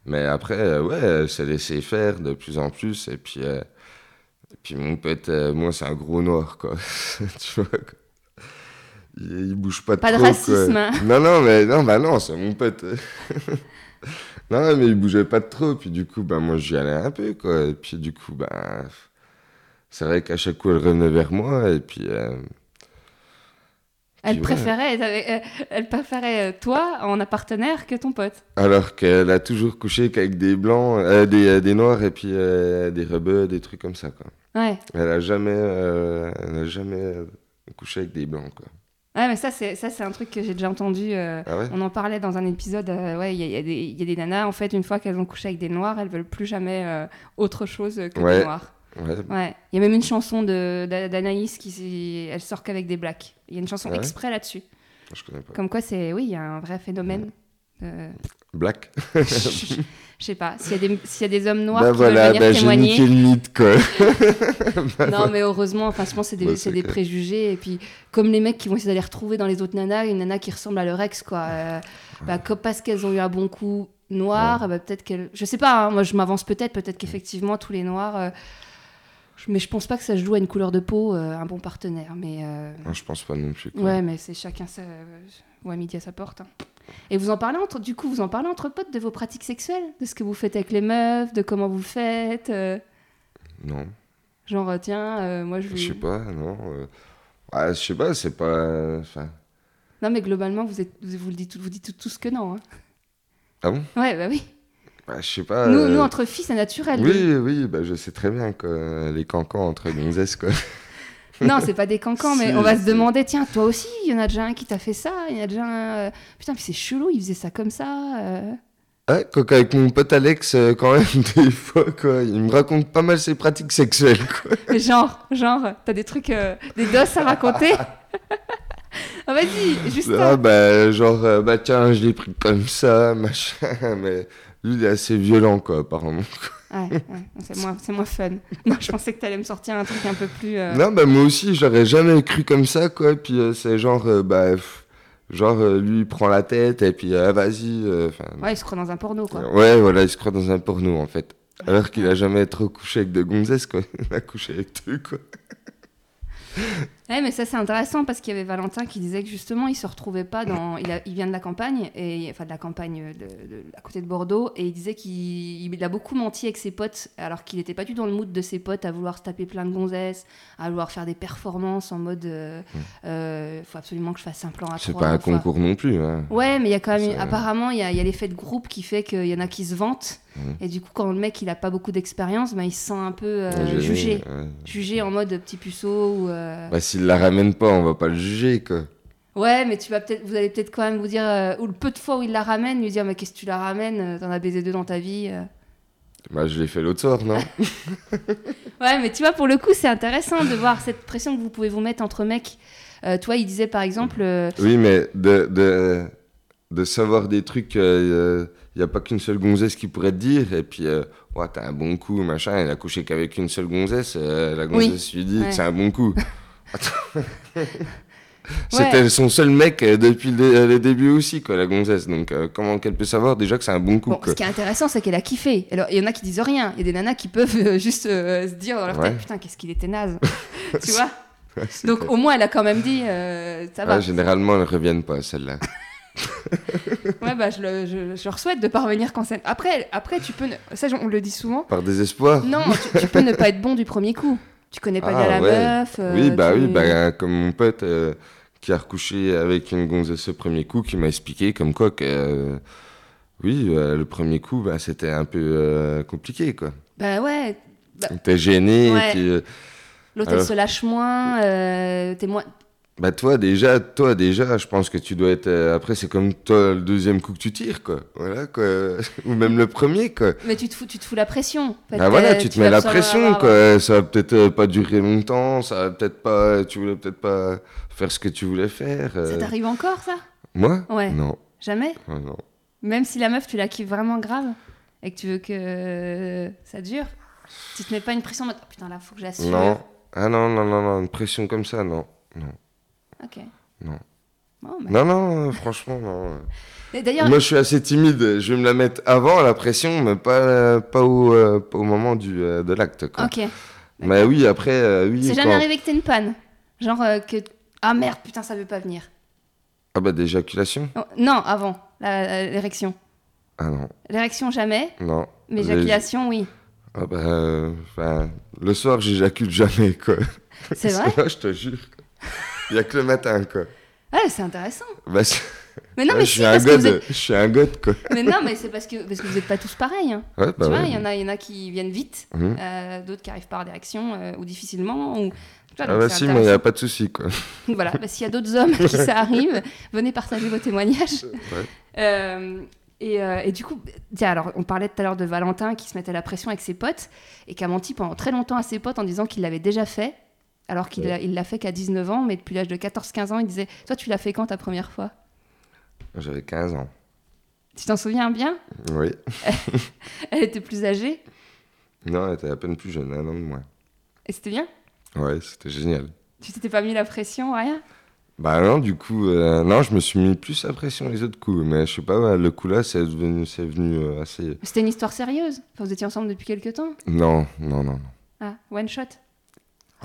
Mais après, euh, ouais, elle s'est laissée faire de plus en plus, et puis. euh, Et puis mon pote, euh, moi, c'est un gros noir, quoi. tu vois, quoi. Il, il bouge pas de Pas de trop, racisme, quoi. hein. Non, non, mais non, bah non, c'est mon pote. non, mais il bougeait pas de trop. Puis du coup, bah, moi, j'y allais un peu, quoi. Et puis du coup, bah. C'est vrai qu'à chaque coup, elle revenait vers moi. Et puis. euh, Elle Puis ouais. préférait, être avec- euh, elle préférait euh, toi en partenaire que ton pote. Alors qu'elle a toujours couché qu'avec des blancs, euh, des, euh, des noirs et puis euh, des rebeux, des trucs comme ça, quoi. Ouais. Elle a jamais. euh, elle a jamais couché avec des blancs, quoi. Ouais, mais ça, c'est ça, c'est un truc que j'ai déjà entendu. euh, Ah ouais? on en parlait dans un épisode. euh, ouais, il y, a- il y a des- il y a des nanas, en fait, une fois qu'elles ont couché avec des noirs, elles veulent plus jamais euh, autre chose que des Ouais. noirs. Ouais, Ouais. Il y a même une chanson de d'A- d'Anaïs qui, s'y- elle sort qu'avec des blacks. Il y a une chanson Ah ouais exprès là-dessus. je connais pas. Comme quoi, c'est, oui, il y a un vrai phénomène. euh, Black. Je je sais pas. S'il y, a des- s'il y a des hommes noirs bah qui voilà, veulent venir bah j'ai témoigner. niqué le mythe quoi. Non, mais heureusement, enfin, je pense que c'est des, Bah, c'est c'est des clair. préjugés. Et puis, comme les mecs qui vont essayer d'aller retrouver dans les autres nanas, une nana qui ressemble à leur ex, quoi. euh, bah, que- parce qu'elles ont eu un bon coup, noire, bah, peut-être qu'elle. Je sais pas, hein, moi je m'avance peut-être, peut-être qu'effectivement tous les noirs. euh, je- Mais je pense pas que ça se joue à une couleur de peau, euh, un bon partenaire. Mais euh, Non, je pense pas non plus. quoi. ouais, mais c'est chacun sa. Ou à midi à sa porte. hein. Et vous en parlez entre. Du coup, vous en parlez entre potes de vos pratiques sexuelles De ce que vous faites avec les meufs, de comment vous le faites euh, Non. Genre, euh, tiens, euh, moi je. Je sais vais- pas, non. euh, ouais, je sais pas, c'est pas. Enfin. Non, mais globalement, vous, êtes, vous, vous le dites, vous dites tout- tous que non. hein. Ah bon Ouais, bah oui. ouais, je sais pas. Nous, euh, nous, entre filles, c'est naturel. Oui, oui, bah, je sais très bien que les cancans entre gonzesses, quoi. Non, c'est pas des cancans, mais Si, on va se si. demander, tiens, toi aussi, il y en a déjà un qui t'a fait ça, il y en a déjà un... euh, Putain, mais c'est chelou, il faisait ça comme ça. euh. Ouais, quoi qu'avec mon pote Alex, euh, quand même, des fois, quoi, il me raconte pas mal ses pratiques sexuelles, quoi. Mais genre, genre, t'as des trucs, euh, des doses à raconter Ah, Vas-y, juste... Ah, euh, bah, genre, euh, bah, tiens, je l'ai pris comme ça, machin, mais lui, il est assez violent, quoi, apparemment. Ouais, ouais, c'est moins, c'est moins fun. Moi, je pensais que t'allais me sortir un truc un peu plus... euh, Non, bah, moi aussi, j'aurais jamais cru comme ça, quoi, puis euh, c'est genre, euh, bah, pff, genre, euh, lui, il prend la tête, et puis, ah, vas-y, euh, enfin, Ouais, il se croit dans un porno, quoi. Ouais, voilà, il se croit dans un porno en fait. Alors qu'il a jamais trop couché avec de gonzesses, quoi. Il a couché avec deux, quoi. Ouais, mais ça c'est intéressant parce qu'il y avait Valentin qui disait que justement il se retrouvait pas dans. Il, a- il vient de la campagne, et, enfin de la campagne euh, de, de- à côté de Bordeaux, et il disait qu'il il a beaucoup menti avec ses potes alors qu'il n'était pas du tout dans le mood de ses potes à vouloir se taper plein de gonzesses, à vouloir faire des performances en mode euh, euh, faut absolument que je fasse un plan à Hmm. C'est Ah, trois. pas un faut- concours non plus, hein. Ouais, mais il y a quand même. C'est- Apparemment, il y a, il y a l'effet de groupe qui fait qu'il y en a qui se vantent, Mhm. et du coup, quand le mec il a pas beaucoup d'expérience, ben, il se sent un peu euh, Gêné, jugé. ouais. Jugé en mode petit puceau ou. euh, Bah, s'il la ramène pas, on va pas le juger, quoi. Ouais, mais tu vas peut-être, vous allez peut-être quand même vous dire, euh, ou le peu de fois où il la ramène, lui dire, mais qu'est-ce que tu la ramènes euh, T'en as baisé deux dans ta vie. euh. Bah, je l'ai fait l'autre soir, non Ouais, mais tu vois, pour le coup, c'est intéressant de voir cette pression que vous pouvez vous mettre entre mecs. Euh, toi, il disait par exemple, euh, Oui, mais de, de, de savoir des trucs, il n'y a pas qu'une seule gonzesse qui pourrait te dire. Et puis, euh, ouais, t'as un bon coup, machin. Elle a couché qu'avec une seule gonzesse. euh, la Oui. gonzesse lui dit Ouais. que c'est un bon coup. Attends. C'était son seul mec euh, depuis le, dé- le début aussi, quoi, la gonzesse. Donc, euh, comment qu'elle peut savoir déjà que c'est un bon coup bon, quoi. ce qui est intéressant, c'est qu'elle a kiffé. Alors, il y en a qui disent rien. Il y a des nanas qui peuvent euh, juste euh, se dire dans leur Ouais. tête, putain, qu'est-ce qu'il était naze. tu vois Ouais, c'est Donc, clair. au moins, elle a quand même dit, euh, ça va. Ouais, Ah, généralement, elles reviennent pas, celles-là. Ouais, bah, je, le- je- je leur souhaite de parvenir qu'en scène. Après, après, tu peux, ne- ça, on le dit souvent. Par désespoir Non, tu, tu peux ne pas être bon du premier coup. Tu connais pas Ah, bien la ouais. meuf. euh, Oui, bah tu- oui, bah, comme mon pote euh, qui a recouché avec une gonzesse au premier coup, qui m'a expliqué comme quoi que. euh, oui, euh, le premier coup, bah, c'était un peu euh, compliqué, quoi. Bah ouais, T'es gêné, Ouais. et puis, euh, l'autre Alors. elle se lâche moins, euh, t'es moins. Bah toi déjà, toi déjà, je pense que tu dois être. euh, après, c'est comme toi le deuxième coup que tu tires, quoi. Voilà, quoi. Ou même le premier, quoi. Mais tu te fous, tu te fous la pression. En fait, Bah voilà, euh, tu te vas mets la absolument pression, avoir- quoi. Ça va peut-être euh, pas durer longtemps, ça va peut-être pas. Tu voulais peut-être pas faire ce que tu voulais faire. euh. Ça t'arrive encore ça Moi Ouais. Non, Jamais. non, non. Même si la meuf tu la kiffes vraiment grave et que tu veux que euh, ça dure, tu te mets pas une pression. en mode, Oh, putain là faut que j'assure. Non. Ah non, non, non, non, une pression comme ça, non. Ok. Non. Bon, bah. Non, non, euh, franchement, non. Et D'ailleurs, Moi, je suis assez timide. Je vais me la mettre avant la pression, mais pas, euh, pas, au, euh, pas au moment du, euh, de l'acte, quoi. ok. Bah oui, après, euh, oui. C'est jamais quand- arrivé que t'aies une panne. Genre euh, que ah merde putain ça veut pas venir. Ah bah d'éjaculation Oh, Non avant la- l'érection. Ah non, L'érection, jamais, non. mais J'ai- éjaculation, oui. Ah bah, euh, enfin, le soir, j'éjacule jamais, quoi. C'est vrai Je te jure. quoi. Il y a que le matin, quoi. Ouais, Ah, c'est intéressant. Bah, c'est- Mais non, ouais, mais je, si, suis un parce que god, vous êtes... je suis un god, quoi. Mais non, mais c'est parce que, parce que vous n'êtes pas tous pareils. hein. Ouais, bah tu vois, ouais. il y, en a- il y en a qui viennent vite, Mhm. euh, d'autres qui arrivent par direction euh, ou difficilement. Ou... Tu vois, Ah donc bah c'est si, mais il n'y a pas de souci, quoi. Donc voilà, bah, s'il y a d'autres hommes à qui ça arrive, venez partager vos témoignages. Ouais. Euh, et, euh, et du coup, tiens, alors on parlait tout à l'heure de Valentin qui se mettait la pression avec ses potes et qui a menti pendant très longtemps à ses potes en disant qu'il l'avait déjà fait, alors qu'il l'a- il l'a fait qu'à 19 ans, mais depuis l'âge de 14-15 ans, il disait Toi, tu l'as fait quand ta première fois J'avais 15 ans. Tu t'en souviens bien Oui. Elle était plus âgée Non, elle était à peine plus jeune, un an de moins. et c'était bien Ouais, c'était génial. Tu t'étais pas mis la pression, rien Bah non, du coup, euh, non, je me suis mis plus la pression les autres coups, mais je sais pas, ouais, le coup-là, c'est venu, c'est venu euh, assez... C'était une histoire sérieuse. Enfin, vous étiez ensemble depuis quelques temps. Non, non, non. non. Ah, one shot.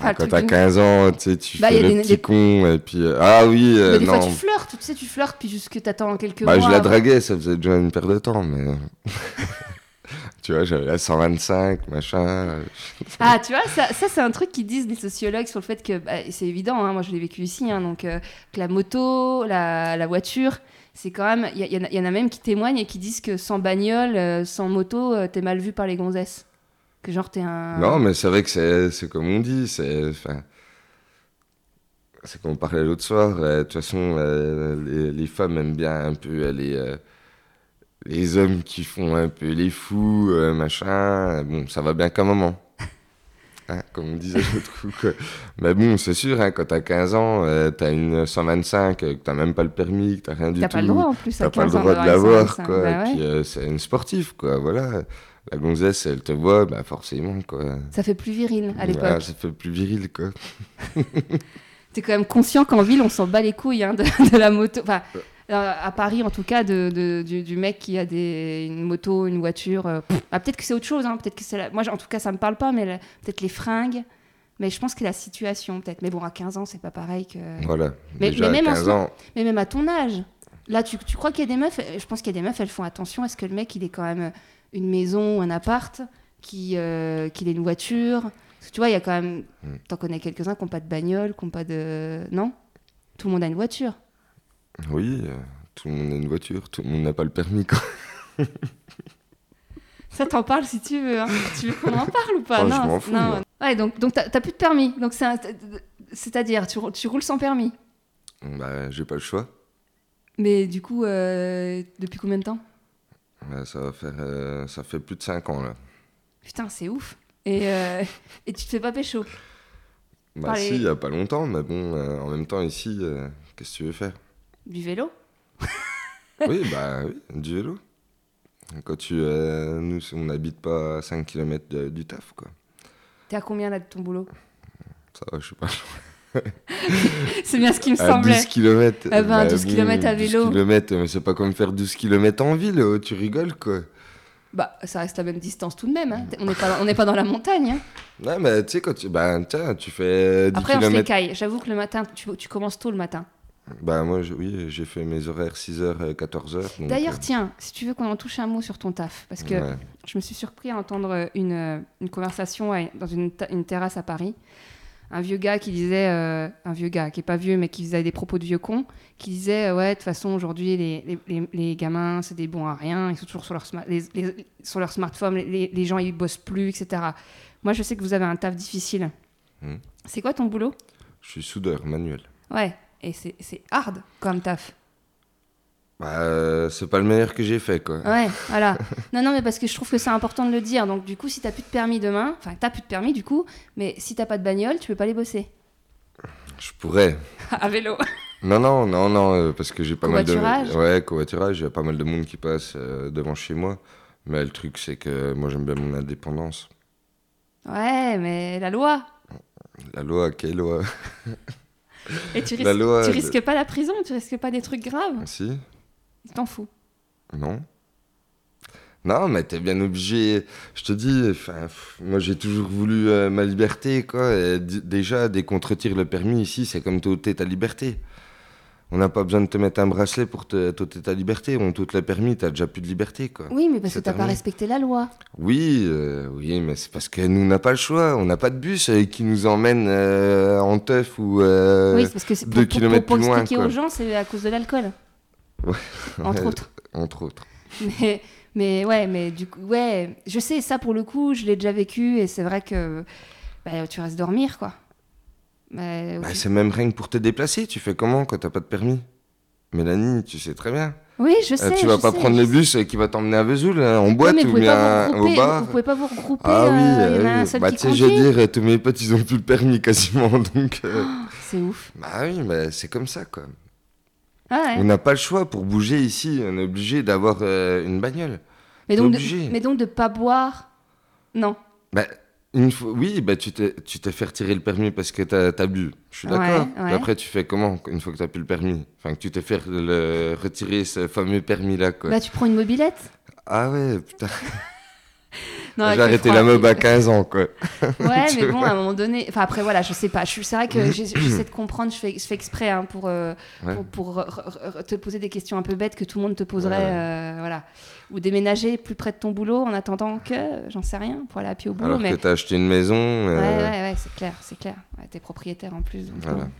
Ah, Enfin, le quand truc t'as d'une- 15 ans, tu sais, tu Bah, y fais a le des- petit des- con, et puis... euh, ah oui, euh, Mais des non. fois, tu flirtes, tu sais, tu flirtes, puis jusque t'attends quelques bah, mois. je la avant. draguais, ça faisait déjà une perte de temps, mais... tu vois, j'avais la 125, machin... euh, Ah, tu vois, ça, ça, c'est un truc qu'ils disent les sociologues sur le fait que, bah, et c'est évident, hein, moi je l'ai vécu ici, hein, donc euh, que la moto, la, la voiture, c'est quand même, il y, en a- y en a même qui témoignent et qui disent que sans bagnole, euh, sans moto, euh, t'es mal vu par les gonzesses. Que genre t'es un. Non, mais c'est vrai que c'est, c'est comme on dit, c'est. enfin, C'est comme on parlait l'autre soir, euh, de toute façon, euh, les, les femmes aiment bien un peu euh, les, euh, les hommes qui font un peu les fous, euh, machin. Bon, ça va bien qu'un moment. Hein, comme on disait l'autre coup. Quoi. Mais bon, c'est sûr, hein, quand t'as 15 ans, euh, t'as une 125, euh, que t'as même pas le permis, que t'as rien du T'as tout. pas le droit en plus à T'as pas le 15 ans droit de d'avoir une l'avoir, 55, quoi. bah ouais. Et puis, euh, c'est une sportive, quoi. Voilà. La gonzesse, elle te voit, bah forcément, quoi. Ça fait plus viril à l'époque. euh, Voilà, ça fait plus viril, quoi. T'es quand même conscient qu'en ville, on s'en bat les couilles hein, de, de la moto. Enfin, euh, à Paris, en tout cas, de, de- du, du mec qui a des, une moto, une voiture. euh, pff. Ah, peut-être que c'est autre chose. hein, peut-être que c'est la- Moi, j- en tout cas, ça me parle pas, mais la- peut-être les fringues. Mais je pense que la situation, peut-être. Mais bon, à 15 ans, c'est pas pareil que. Voilà. Mais- Déjà, mais même à en 15 soi- ans. Mais même à ton âge. Là, tu, tu crois qu'il y a des meufs. euh, Je pense qu'il y a des meufs, elles font attention. Est-ce que le mec, il est quand même euh, une maison ou un appart qui, euh, Qu'il ait une voiture Parce que tu vois, il y a quand même. Mm. T'en connais quelques-uns qui n'ont pas de bagnole, qui n'ont pas de. Non Tout le monde a une voiture. Oui, euh, tout le monde a une voiture, tout le monde n'a pas le permis, quoi. Ça t'en parle si tu veux. hein. Tu veux qu'on en parle ou pas Oh, je Non, m'en fous, non. moi. Ouais, donc, donc t'as t'as plus de permis. Donc c'est un- C'est-à-dire, tu, rou- tu roules sans permis. Bah, j'ai pas le choix. Mais du coup, euh, depuis combien de temps Bah, ça va faire. euh, ça fait plus de 5 ans, là. Putain, c'est ouf. Et, euh, et tu te fais pas pécho. Bah, Allez. si, il y a pas longtemps, mais bon, euh, en même temps, ici, euh, qu'est-ce que tu veux faire Du vélo Oui, bah, oui, du vélo. Quand tu. euh, nous, on n'habite pas à 5 km du taf, quoi. T'es à combien là de ton boulot Ça va, je sais pas. C'est bien ce qui me À Bah semblait. 12 km. Eh ben, 12 kilomètres à vélo. 12 km, mais c'est pas comme faire 12 km en ville, euh, tu rigoles, quoi. Bah, ça reste la même distance tout de même. hein. On n'est pas, on n'est pas dans la montagne. hein. Non, mais tu sais, quand tu. Bah, tiens, tu fais euh, 10 Après, on se km. l'écaille. J'avoue que le matin, tu, tu commences tôt le matin. Bah, moi, je- oui, j'ai fait mes horaires euh, 6h, 14h. D'ailleurs, tiens, si tu veux qu'on en touche un mot sur ton taf, parce que je me suis surpris à entendre euh, une, euh, une conversation à- dans une, ta- une terrasse à Paris. Un vieux gars qui disait, euh, un vieux gars qui est pas vieux mais qui faisait des propos de vieux con, qui disait euh, ouais de toute façon aujourd'hui les, les, les- les gamins c'est des bons à rien, ils sont toujours sur leur, sma- les- les- sur leur smartphone, les- les, les gens ils bossent plus etc. Moi je sais que vous avez un taf difficile. Hmm. C'est quoi ton boulot Je suis soudeur manuel. Ouais et c'est c'est hard comme taf. Bah, euh, c'est pas le meilleur que j'ai fait, quoi. Ouais, voilà. Non, non, mais parce que je trouve que c'est important de le dire. Donc, du coup, si t'as plus de permis demain, enfin, t'as plus de permis du coup, mais si t'as pas de bagnole, tu peux pas les bosser. Je pourrais. à vélo. Non, non, non, non, euh, parce que j'ai pas mal de. Covoiturage Ouais, covoiturage, il y a pas mal de monde qui passe euh, devant chez moi. Mais le truc, c'est que moi, j'aime bien mon indépendance. Ouais, mais la loi. La loi, quelle loi Et tu, La risques- loi, tu elle- risques pas la prison, tu risques pas des trucs graves. Si Tu t'en fous. Non. Non, mais t'es bien obligé. Je te dis, enfin, pff, moi j'ai toujours voulu euh, ma liberté, quoi. Et d- déjà, dès qu'on te retire le permis ici, c'est comme t'ôter ta liberté. On n'a pas besoin de te mettre un bracelet pour te t'ôter ta liberté. On t'ôte le permis, t'as déjà plus de liberté, quoi. Oui, mais parce que C'est t'as pas terminé. respecté la loi. Oui, euh, oui, mais c'est parce que nous, on n'a pas le choix. On n'a pas de bus euh, qui nous emmène euh, en teuf ou. euh, oui, c'est parce que c'est pour, deux pour, kilomètres pour- pour plus loin, expliquer quoi. aux gens, c'est à cause de l'alcool, entre autres. Entre autres. Mais, mais ouais, mais du coup, ouais, je sais, ça pour le coup, je l'ai déjà vécu et c'est vrai que bah, tu restes dormir, quoi. Mais, Bah, c'est même rien que pour te déplacer. Tu fais comment quand t'as pas de permis Mélanie, tu sais très bien. oui, je Euh, sais. tu vas je pas sais, prendre je le bus euh, qui va t'emmener à Vesoul euh, en boîte Oui, mais vous ou pouvez pas bien vous au regrouper, bar Vous pouvez pas vous regrouper. Ah oui, euh, il y en a euh, un oui. seul bah qui tu sais, je veux conduit. dire, euh, tous mes potes ils ont plus le permis quasiment donc. euh, C'est ouf. Bah oui, mais c'est comme ça quoi. Ah On ouais. n'a pas le choix pour bouger ici, on est obligé d'avoir euh, une bagnole. Mais donc, obligé. de, mais donc de pas boire. Non. Bah, Une fois, oui, bah, tu t'es tu t'es fait retirer le permis parce que t'as as bu. Je suis Ouais, d'accord. ouais. Mais Après, tu fais comment une fois que t'as plus le permis Enfin, que tu t'es fait le- retirer ce fameux permis-là, quoi. Bah, tu prends une mobilette. Ah ouais, putain. Non, avec J'ai le arrêté frein. la mob à 15 ans, quoi. Ouais, Tu mais bon, à un moment donné. Enfin, après, voilà, je sais pas. Je suis- C'est vrai que j'ai- j'essaie de comprendre, je fais, je fais exprès hein, pour, euh, Ouais. pour, pour, euh, re- re- te poser des questions un peu bêtes que tout le monde te poserait. Ouais. euh, voilà. Ou déménager plus près de ton boulot en attendant que, euh, j'en sais rien, pour aller à pied au boulot. Alors mais... que t'as acheté une maison. Ouais, euh, ouais, ouais, c'est clair, c'est clair. Ouais, t'es propriétaire en plus. donc Voilà. bon.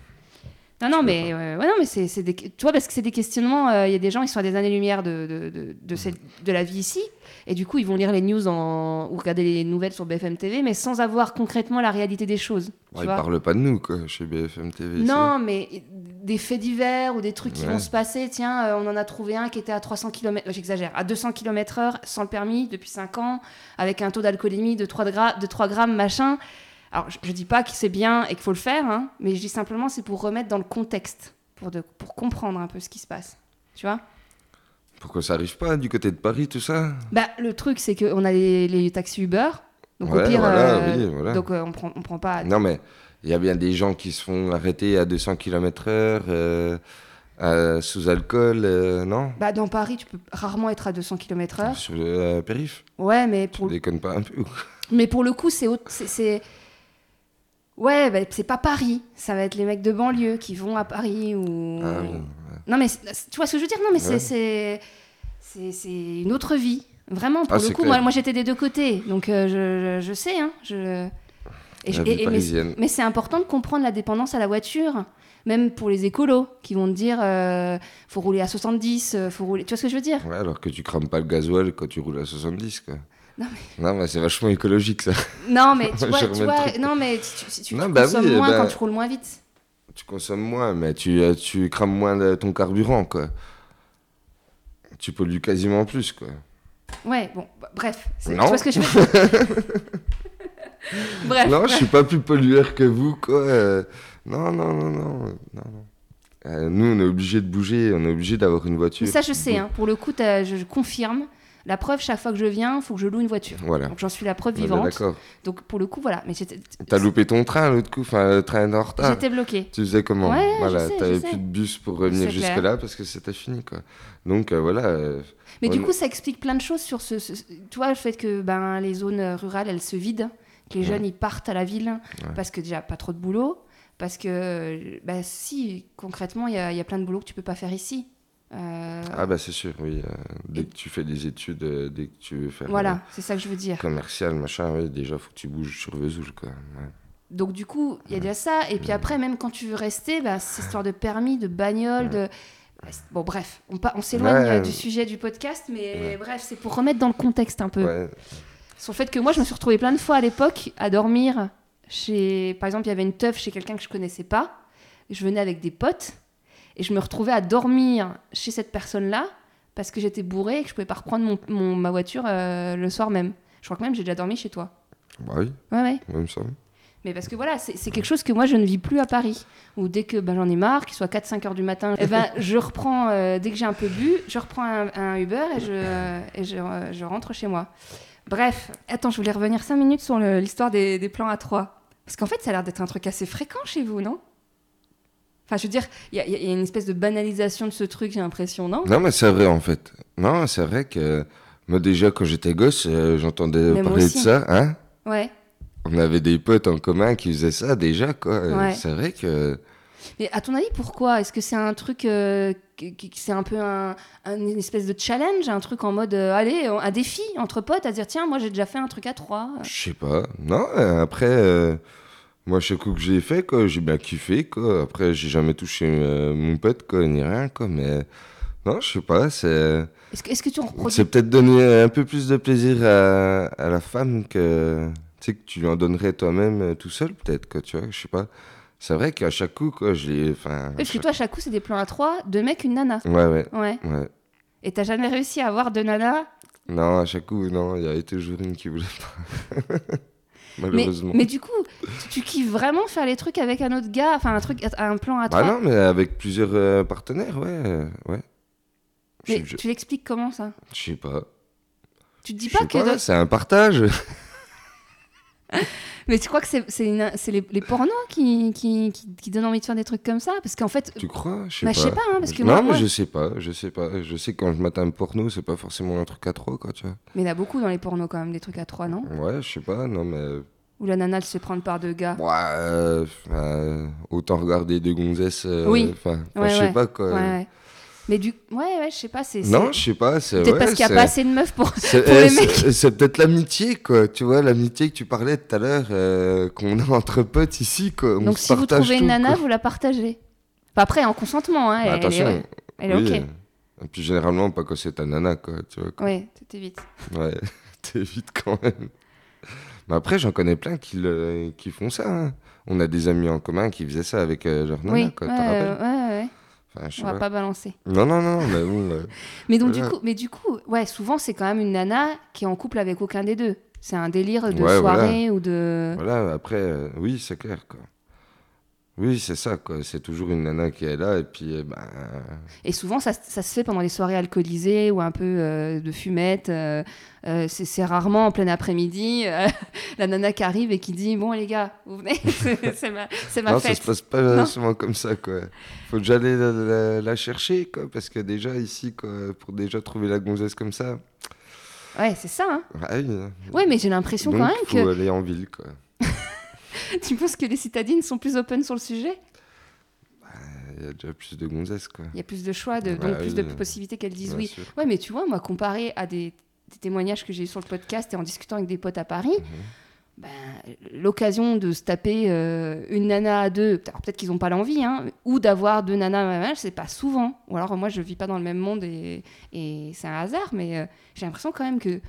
Non, non, mais, euh, ouais, non, mais c'est, c'est des... tu vois, parce que c'est des questionnements. euh, Il y a des gens, ils sont à des années-lumière de, de, de, de, cette- de la vie ici. Et du coup, ils vont lire les news en... ou regarder les nouvelles sur BFM TV, mais sans avoir concrètement la réalité des choses. tu Ouais, ils vois. parlent pas de nous, quoi, chez BFM TV. ici. Non, mais des faits divers ou des trucs qui Ouais. vont se passer. Tiens, euh, on en a trouvé un qui était à 300 km, j'exagère, à 200 km/h, sans le permis, depuis 5 ans, avec un taux d'alcoolémie de 3, de 3 grammes, machin. Alors, je, je dis pas que c'est bien et qu'il faut le faire, hein, mais je dis simplement c'est pour remettre dans le contexte, pour, de, pour comprendre un peu ce qui se passe. Tu vois Pourquoi ça arrive pas du côté de Paris, tout ça Bah, le truc, c'est qu'on a les, les taxis Uber. Donc, Ouais, au pire, voilà, euh, oui, voilà. donc, euh, on prend, on prend pas. Non, mais il y a bien des gens qui se font arrêter à 200 km/h euh, euh, sous alcool, euh, non Bah, dans Paris, tu peux rarement être à 200 km/h. Sur le euh, périph' Ouais, mais Tu pour, déconnes pas un peu ou quoi Mais pour le coup, c'est. autre- c'est- c'est- Ouais, bah, c'est pas Paris. Ça va être les mecs de banlieue qui vont à Paris ou. Ah oui. Non, mais c'est- tu vois ce que je veux dire Non, mais c'est- Ouais. c'est. C'est c'est une autre vie. Vraiment, pour Ah, le c'est coup, moi, clair. moi, j'étais des deux côtés. Donc euh, je, je- je sais, hein. Je... et je- La et- vie et- mais parisienne. mais c'est important de comprendre la dépendance à la voiture, même pour les écolos qui vont te dire euh, faut rouler à 70, euh, faut rouler. Tu vois ce que je veux dire Ouais, alors que tu crames pas le gasoil quand tu roules à 70, quoi. Non, mais, c'est vachement écologique, ça. Non, mais tu Je vois, tu remets le vois- truc. non, mais tu, tu- tu Non, bah oui, consommes moins bah- quand tu roules moins vite. Tu consommes moins, mais tu, euh, tu crames moins de- ton carburant, quoi. Tu pollues quasiment plus, quoi. Ouais, bon, bah, bref. c'est- Non. Tu vois ce que je veux dire Bref. Non, je suis pas plus pollueur que vous, quoi. Euh, Non, non, non, non, non, non. Euh, nous, on est obligé de bouger, on est obligé d'avoir une voiture. Mais ça, je sais, Bon, hein, pour le coup, t'as- je, je confirme. La preuve, chaque fois que je viens, il faut que je loue une voiture. Voilà. Donc j'en suis la preuve On est bien vivante. D'accord. Donc pour le coup, voilà. Mais j'étais T'as loupé ton train l'autre coup, enfin le train est en retard. j'étais bloquée. Tu faisais comment Ouais, je Voilà, sais, je t'avais sais. plus de bus pour C'est clair. revenir jusque là parce que c'était fini quoi. Donc euh, voilà, euh, Mais du Ouais. coup, ça explique plein de choses sur ce. ce- ce- tu vois, le fait que ben, les zones rurales, elles se vident, que les jeunes, ils partent à la ville parce que déjà, pas trop de boulot. Parce que, ben, si, concrètement, il y a, il y a plein de boulot que tu peux pas faire ici. Euh, ah bah c'est sûr, oui. euh, dès que tu fais des études, euh, dès que tu veux faire voilà, c'est ça que je veux dire. euh, commercial machin, oui, déjà faut que tu bouges sur Vesoul quoi. Ouais. Donc du coup, il y a déjà ça. Et puis après, même quand tu veux rester, bah, cette histoire de permis, de bagnole, de... bah, Bon, bref, on, pa- on s'éloigne Ouais. euh, du sujet du podcast, mais bref, c'est pour remettre dans le contexte un peu. Ouais. Sur le fait que moi, je me suis retrouvée plein de fois à l'époque à dormir chez... Par exemple, il y avait une teuf chez quelqu'un que je connaissais pas. Je venais avec des potes et je me retrouvais à dormir chez cette personne-là parce que j'étais bourrée et que je pouvais pas reprendre mon, mon- ma voiture euh, le soir même. Je crois que même j'ai déjà dormi chez toi. Bah oui, Ouais, ouais. même ça. Mais parce que voilà, c'est c'est quelque chose que moi je ne vis plus à Paris. Où dès que ben, j'en ai marre, qu'il soit 4-5 heures du matin, eh ben, je reprends, euh, dès que j'ai un peu bu, je reprends un, un Uber et, je, et je, euh, je rentre chez moi. Bref, attends, je voulais revenir 5 minutes sur le- l'histoire des, des plans à 3. Parce qu'en fait, ça a l'air d'être un truc assez fréquent chez vous, non Enfin, je veux dire, il y, a- il y a- il y a une espèce de banalisation de ce truc, j'ai l'impression, non Non mais c'est vrai en fait. Non, c'est vrai que moi déjà quand j'étais gosse, euh, j'entendais Mais moi parler de aussi. ça, hein. Ouais. On avait des potes en commun qui faisaient ça déjà quoi. Euh, Ouais. C'est vrai que Mais à ton avis, pourquoi Est-ce que c'est un truc, euh, qui- qui- qui- c'est un peu un, un- une espèce de challenge, un truc en mode, euh, allez, on- un défi entre potes, à se dire, tiens, moi j'ai déjà fait un truc à trois. Je sais pas. Non, euh, après, euh, moi, chaque coup que j'ai fait, quoi, j'ai bien kiffé, quoi. Après, j'ai jamais touché euh, mon pote, quoi, ni rien, quoi. Mais non, je sais pas. C'est Est-ce que, est-ce que tu en reproduis c'est peut-être donner un peu plus de plaisir à, à la femme que tu sais que tu lui en donnerais toi-même euh, tout seul, peut-être, quoi. Tu vois, je sais pas. C'est vrai qu'à chaque coup, quoi, j'ai. Enfin. Parce que toi, à chaque coup, c'est des plans à trois, deux mecs, une nana. Ouais, ouais. Ouais. Ouais. Et t'as jamais réussi à avoir de nana Non, à chaque coup, non, il y avait toujours une qui voulait pas. mais, Malheureusement. mais du coup, tu, tu kiffes vraiment faire les trucs avec un autre gars, enfin un truc, un plan à Bah trois. non, mais avec plusieurs euh, partenaires, ouais. euh, ouais. mais Je, je- tu l'expliques comment ça je sais pas. Tu te dis Je pas sais que pas, dans- c'est un partage. Mais tu crois que c'est c'est une- c'est les, les pornos qui, qui, qui, qui donnent envie de faire des trucs comme ça Parce qu'en fait, Tu crois Je sais bah, pas. je sais pas, hein, parce que non, moi, mais moi- je sais pas, je sais pas. Je sais que quand je m'attends à un porno, c'est pas forcément un truc à trop, quoi, tu vois. mais il y en a beaucoup dans les pornos quand même, des trucs à trois, non Ouais, je sais pas, non, mais. Où la nana elle se fait prendre par deux gars. Ouais, euh, euh, autant regarder des gonzesses. euh, Oui. Enfin, enfin, Ouais, je sais ouais. pas, quoi. Ouais, ouais. Mais du. Ouais, ouais, je sais pas, c'est. euh, Non, c'est- je sais pas. c'est- Peut-être ouais, parce qu'il n'y a c'est- pas assez de meufs pour. C'est pour eh, les c'est- c'est peut-être l'amitié, quoi. Tu vois, l'amitié que tu parlais tout à l'heure, euh, qu'on a entre potes ici, quoi. On Donc se si vous partage trouvez une tout, nana, quoi. vous la partagez. Enfin, après, en consentement, hein. Bah, elle, attention, elle est, elle est oui. euh, ok. Et puis généralement, pas quand c'est ta nana, quoi. Tu vois, quoi. Ouais, tout est vite. Ouais, t'évites quand même. Mais après, j'en connais plein qui, le- qui font ça. hein. On a des amis en commun qui faisaient ça avec euh, leur nana, oui, quoi. ouais, T'en ouais, rappelles ouais, ouais. Enfin, je sais on va pas. pas balancer. Non, non, non, mais bon. euh, Mais donc Voilà. du coup, mais du coup, ouais, souvent c'est quand même une nana qui est en couple avec aucun des deux. C'est un délire de Ouais, soirée ou de. Voilà, après, euh, oui, c'est clair, quoi. Oui, c'est ça, quoi. C'est toujours une nana qui est là, et puis, eh ben, Et souvent ça, se- ça se fait pendant les soirées alcoolisées ou un peu euh, de fumette. euh, euh, c'est c'est rarement en plein après-midi euh, la nana qui arrive et qui dit bon les gars, vous venez, c'est c'est ma, c'est ma non, ça fête. se passe pas euh, Non. souvent comme ça, quoi. Faut déjà aller la, la- la chercher, quoi, parce que déjà, ici, quoi, pour déjà trouver la gonzesse comme ça, Ouais, c'est ça. Hein. ouais, oui. Ouais, mais j'ai l'impression Donc, quand même faut que aller en ville, quoi. tu penses que les citadines sont plus open sur le sujet. Il y a déjà plus de gonzesses, quoi. Il y a plus de choix, de, Ouais, donc plus de oui. possibilités qu'elles disent Bien oui. sûr. Ouais, mais tu vois, moi, comparé à des, des témoignages que j'ai eu sur le podcast et en discutant avec des potes à Paris, Mhm. ben, l'occasion de se taper euh, une nana à deux, alors peut-être qu'ils n'ont pas l'envie, hein, ou d'avoir deux nanas à ma âge, c'est pas souvent. Ou alors, moi, je vis pas dans le même monde et, et c'est un hasard, mais euh, j'ai l'impression quand même que,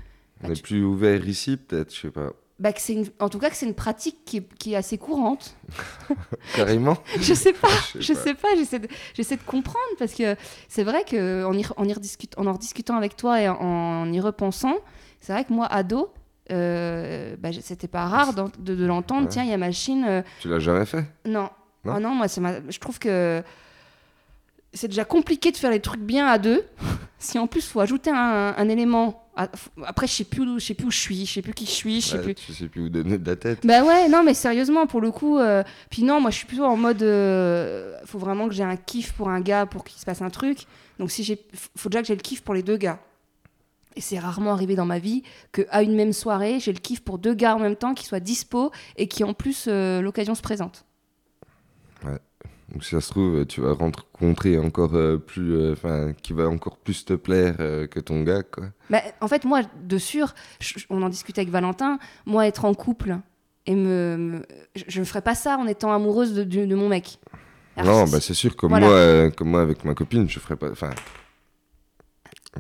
On Bah, est tu- plus ouvert ici, peut-être, je sais pas. bah, que c'est une- en tout cas, que c'est une pratique qui est, qui est assez courante. Carrément Je sais pas. Je Ah, Je sais pas, j'essaie de, j'essaie de comprendre parce que c'est vrai que en, y, re- en, y rediscut- en en rediscutant avec toi et en, en y repensant, c'est vrai que moi, ado, euh, bah, j'ai- c'était pas rare d'en- de, de l'entendre. Ouais. Tiens, il y a machine. euh, Tu l'as jamais fait non. Non. Ah non, moi, ça m'a- je trouve que c'est déjà compliqué de faire les trucs bien à deux. si en plus, faut ajouter un, un élément. à- f- après, je sais plus, où- je sais plus où je suis, je sais plus qui je suis, je sais Ouais, plus. Tu sais plus où donner de la tête. Bah ouais, non, mais sérieusement, pour le coup. euh, Puis non, moi, je suis plutôt en mode. euh, Faut vraiment que j'ai un kiff pour un gars pour qu'il se passe un truc. Donc, si j'ai. Faut déjà que j'ai le kiff pour les deux gars. Et c'est rarement arrivé dans ma vie que à une même soirée, j'ai le kiff pour deux gars en même temps qui soient dispo et qui, en plus, euh, l'occasion se présente. Donc, si ça se trouve, tu vas rencontrer encore euh, plus. euh, Enfin, qui va encore plus te plaire euh, que ton gars, quoi. Bah, en fait, moi, de sûr, je- je- on en discutait avec Valentin, moi, être en couple et me. me- je- je ne ferais pas ça en étant amoureuse de, de- de mon mec. Alors, non, c'est- bah, c'est sûr, comme, Voilà. moi, euh, comme moi, avec ma copine, je ferais pas. Enfin.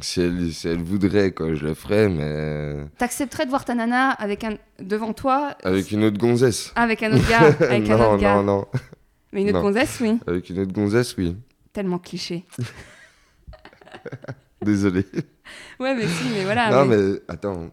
Si elle, si elle voudrait, quoi, je le ferais, mais. euh, T'accepterais de voir ta nana avec un... devant toi Avec une autre gonzesse. Avec un autre gars, avec non, un autre non, gars. non. Mais une autre non. gonzesse, oui. Avec une autre gonzesse, oui. Tellement cliché. Désolé. Ouais, mais si, mais voilà. non, mais- mais attends,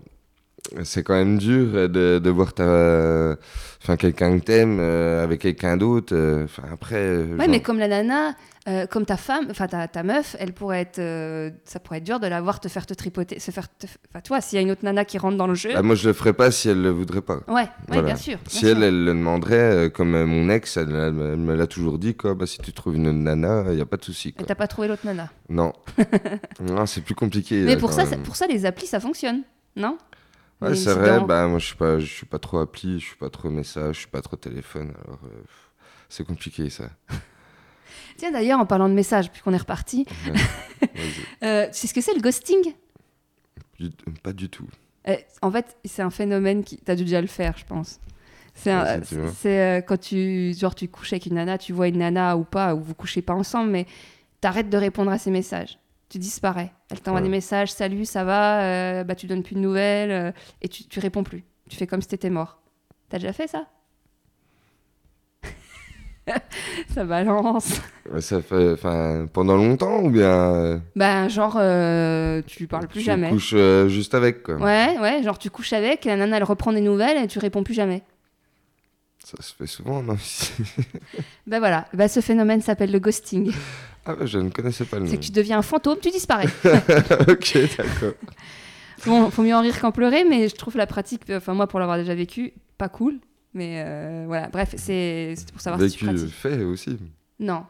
c'est quand même dur euh, de, de voir ta... enfin, quelqu'un que t'aimes euh, avec quelqu'un d'autre. euh, Enfin, après. euh, Ouais, genre- mais comme la nana, euh, comme ta femme, enfin ta, ta meuf, elle pourrait être, euh, ça pourrait être dur de la voir te faire te tripoter, se faire, te- enfin toi, s'il y a une autre nana qui rentre dans le jeu, Ah, moi, je le ferais pas si elle le voudrait pas. ouais, ouais, Voilà. bien sûr. bien Si sûr. elle, elle le demanderait, euh, comme euh, mon ex, elle, elle me- elle me l'a toujours dit, quoi, bah, si tu trouves une nana, il n'y a pas de souci. Et quoi. t'as pas trouvé l'autre nana. Non. non, c'est plus compliqué. mais là, pour Euh, quand ça, même. c'est- pour ça, les applis, ça fonctionne, non Ouais, Mais c'est c'est vrai, dans- bah, moi, je suis pas, je suis pas trop appli, je suis pas trop message, je suis pas trop téléphone, alors euh, pff, c'est compliqué, ça. Tiens, d'ailleurs, en parlant de messages, puisqu'on est reparti, Vas-y. euh, tu sais ce que c'est le ghosting Du- Pas du tout. Euh, en fait, c'est un phénomène qui. T'as dû déjà le faire, je pense. C'est un- Vas-y, dis-moi. c'est, euh, quand tu genre tu couches avec une nana, tu vois une nana ou pas, ou vous couchez pas ensemble, mais t'arrêtes de répondre à ses messages. Tu disparais. Elle t'envoie Ouais. des messages, salut, ça va, euh, bah tu donnes plus de nouvelles, euh, et tu, tu réponds plus. Tu fais comme si t'étais mort. T'as déjà fait ça Ça balance. Ouais, Ça fait, enfin, pendant longtemps ou bien euh, Ben genre euh, tu lui parles plus tu jamais. couches euh, juste avec quoi. Ouais, ouais, genre tu couches avec, la nana elle reprend des nouvelles et tu réponds plus jamais. Ça se fait souvent, non Ben voilà, ben ce phénomène s'appelle le ghosting. Ah bah, je ne connaissais pas le nom. C'est que tu deviens un fantôme, tu disparais. ok, d'accord. Bon, faut mieux en rire qu'en pleurer, mais je trouve la pratique, enfin moi pour l'avoir déjà vécu, pas cool. Mais euh, voilà, bref, c'est c'est pour savoir si tu Vécu pratiques. fait aussi. Non.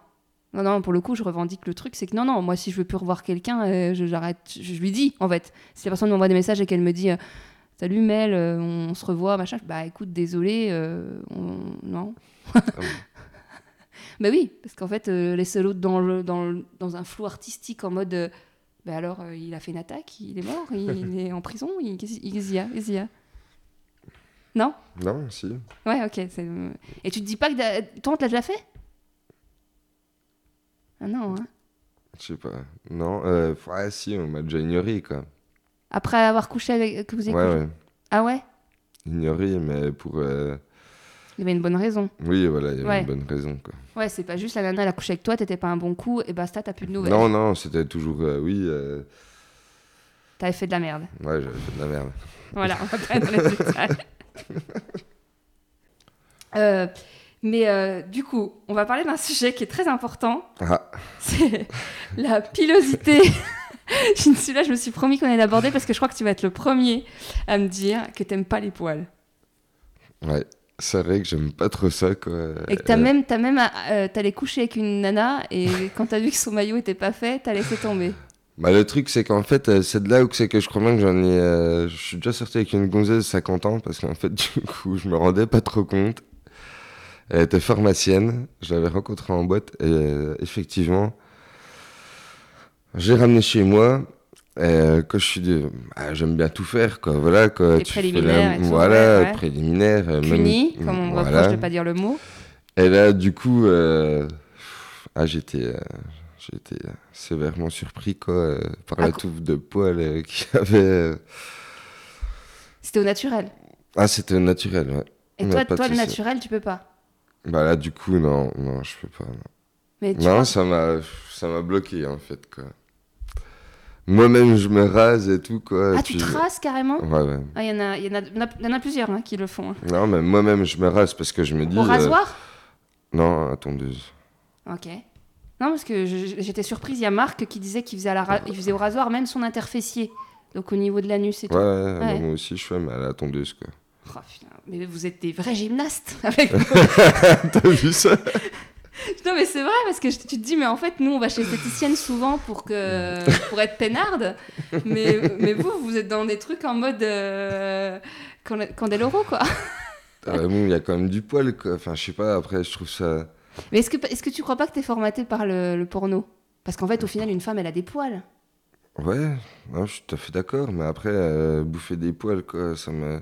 Non, non, pour le coup, je revendique le truc, c'est que non, non, moi, si je veux plus revoir quelqu'un, euh, je j'arrête, je, je lui dis, en fait. Si la personne m'envoie des messages et qu'elle me dit, euh, salut Mel, euh, on se revoit, machin, je- bah écoute, désolé, euh, on- non. bon bah oui, parce qu'en fait, euh, laisser l'autre dans, le, dans, le- dans un flou artistique en mode, euh, bah alors, euh, il a fait une attaque, il est mort, il, est en prison, il, qu'est-ce- qu'est-ce qu'il y a, qu'est-ce qu'il y a Non Non, si. Ouais, ok. c'est- euh, Et tu te dis pas que. d'a- Toi, on te l'a déjà fait Ah non, hein. Je sais pas. Non, euh, ouais, si, on m'a déjà ignoré, quoi. Après avoir couché avec. Que vous Ouais, avez couché- ouais. Ah ouais Ignoré, mais pour. euh, Il y avait une bonne raison. Oui, voilà, il y avait Ouais. une bonne raison, quoi. Ouais, c'est pas juste la nana, elle a couché avec toi, t'étais pas un bon coup, et basta, t'as plus de nouvelles. Non, non, c'était toujours. euh, oui, euh, T'avais fait de la merde. ouais, j'avais fait de la merde. Voilà, on va pas dans les détails. Euh, mais euh, du coup, on va parler d'un sujet qui est très important. Ah, C'est la pilosité. Je- Celui-là, je me suis promis qu'on allait l'aborder parce que je crois que tu vas être le premier à me dire que t'aimes pas les poils. ouais. C'est vrai que j'aime pas trop ça, quoi. Et que t'as Euh, même, t'as même, euh, t'allais coucher avec une nana et quand t'as vu que son maillot était pas fait, t'as laissé tomber. Bah, le truc, c'est qu'en fait, euh, c'est de là où c'est que je crois bien que j'en ai. euh, je suis déjà sorti avec une gonzesse de 50 ans parce qu'en fait, du coup, je me rendais pas trop compte. Elle était pharmacienne, je l'avais rencontrée en boîte et euh, effectivement, j'ai ramené chez moi. Et euh, quand je suis dit, ah, j'aime bien tout faire, quoi. Voilà, quoi. Les préliminaires et tout, voilà, ouais, ouais. préliminaires. euh, même- Puni, comme on voilà. reproche de pas dire le mot. Et là, du coup, euh, ah, j'étais, euh, j'étais sévèrement surpris quoi, euh, par À la co- touffe de poils euh, qu'il y avait. euh. C'était au naturel. Ah, c'était naturel, ouais. Et Ouais, toi, pas de toi, le souci. naturel, tu peux pas. Bah là, du coup, non, non, je peux pas. Non, Mais tu Non, vois, ça m'a, ça m'a bloqué en fait quoi. Moi-même, je me rase et tout quoi. et ah, tu puis- traces carrément. Ouais, ouais. Ah, il y en a, il y en a, il y en a- il y en a plusieurs hein, qui le font. hein. Non, mais moi-même, je me rase parce que je me dis. Au euh, rasoir. Non, à tondeuse. Ok. Non, parce que je- j'étais surprise. Il y a Marc qui disait qu'il faisait, à la ra- il faisait au rasoir même son interfessier. Donc au niveau de l'anus et tout. Ouais, ouais, ouais, Ouais. moi aussi, je fais, mais à la tondeuse quoi. Oh, putain, mais vous êtes des vrais gymnastes avec T'as vu ça Non mais c'est vrai parce que je- tu te dis mais en fait nous on va chez l'esthéticienne souvent pour que pour être peinarde mais, mais vous vous êtes dans des trucs en mode euh, Cand- Candeloro quoi. Ah, bon, il y a quand même du poil, quoi. Enfin, je sais pas, après, je trouve ça. Mais est-ce que est-ce que tu crois pas que t'es formaté par le, le porno Parce qu'en fait au final une femme elle a des poils. Ouais, non, je suis tout à fait d'accord, mais après, euh, bouffer des poils, quoi, ça me.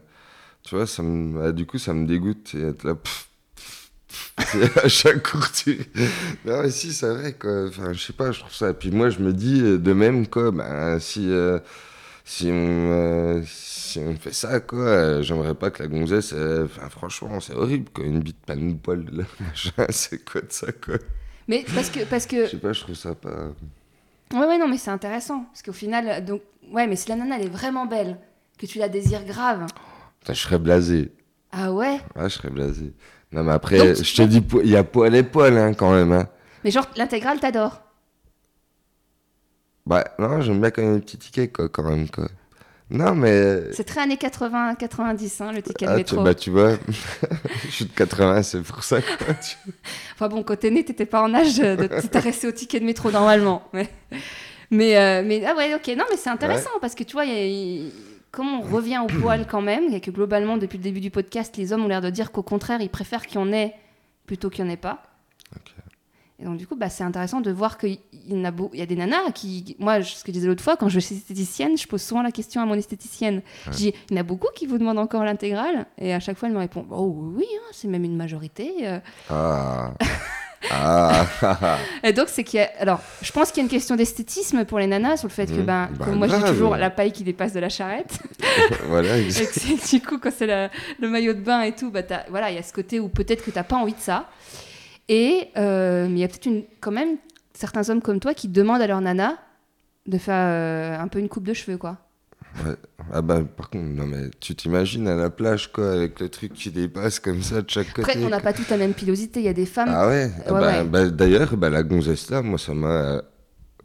Tu vois, ça me. ah, du coup, ça me dégoûte, et être là. pff, pff, pff, à chaque courture. Non, mais si, c'est vrai, quoi. Enfin, je sais pas, je trouve ça. Puis moi, je me dis, euh, de même, quoi, ben, si. euh, Si on, euh, si on fait ça, quoi, euh, j'aimerais pas que la gonzesse. euh, Enfin, franchement, c'est horrible, quoi. Une bite pleine de poils, là, machin, c'est quoi de ça, quoi. Mais parce que parce que Je sais pas, je trouve ça pas. ouais ouais non mais c'est intéressant parce qu'au final donc ouais mais si la nana elle est vraiment belle que tu la désires grave Putain, je serais blasé. ah ouais Ouais, je serais blasé. Non, mais après, Donc, tu- je te dis, po- il y a poil et poil, hein, quand même. Hein. mais genre l'intégrale t'adore. Bah, non, j'aime bien quand même les petits tickets, quoi, quand même, quoi. Non, mais. C'est très années 80 90 hein, le ticket de Ah, tu, métro. bah, tu vois, je suis de 80, c'est pour ça, quoi. tu- Enfin bon, quand t'es né, t'étais pas en âge de de t'intéresser au ticket de métro normalement. Mais, mais, euh, mais- ah ouais, ok. Non, mais c'est intéressant parce que tu vois, il y a- il- comme on revient au poil quand même, et que globalement, depuis le début du podcast, les hommes ont l'air de dire qu'au contraire, ils préfèrent qu'il y en ait plutôt qu'il n'y en ait pas. Ok. Et donc, du coup, bah, c'est intéressant de voir qu'il y, en a beau- il y a des nanas qui. Moi, je- ce que je disais l'autre fois, quand je suis esthéticienne, je pose souvent la question à mon esthéticienne. Je dis il y en a beaucoup qui vous demandent encore l'intégrale. Et à chaque fois, elle me répond Oh oui, hein, c'est même une majorité. euh, Ah. ah. ah. et donc, c'est qu'il y a. Alors, je pense qu'il y a une question d'esthétisme pour les nanas sur le fait que, Mhm. ben, Bah, comme moi, je dis grave. toujours la paille qui dépasse de la charrette. voilà. et que c'est- du coup, quand c'est la- le maillot de bain et tout, bah, t'as- voilà, il y a ce côté où peut-être que t'as pas envie de ça. Et euh, mais il y a peut-être une- quand même certains hommes comme toi qui demandent à leur nana de faire euh, un peu une coupe de cheveux, quoi. Ah, bah, par contre, non, mais tu t'imagines à la plage, quoi, avec le truc qui dépasse comme ça de chaque côté. Après, on n'a pas quoi. toute la même pilosité. Il y a des femmes. Ah ouais, Ouais, bah, ouais. bah, D'ailleurs, bah, la gonzesse là, moi, ça m'a.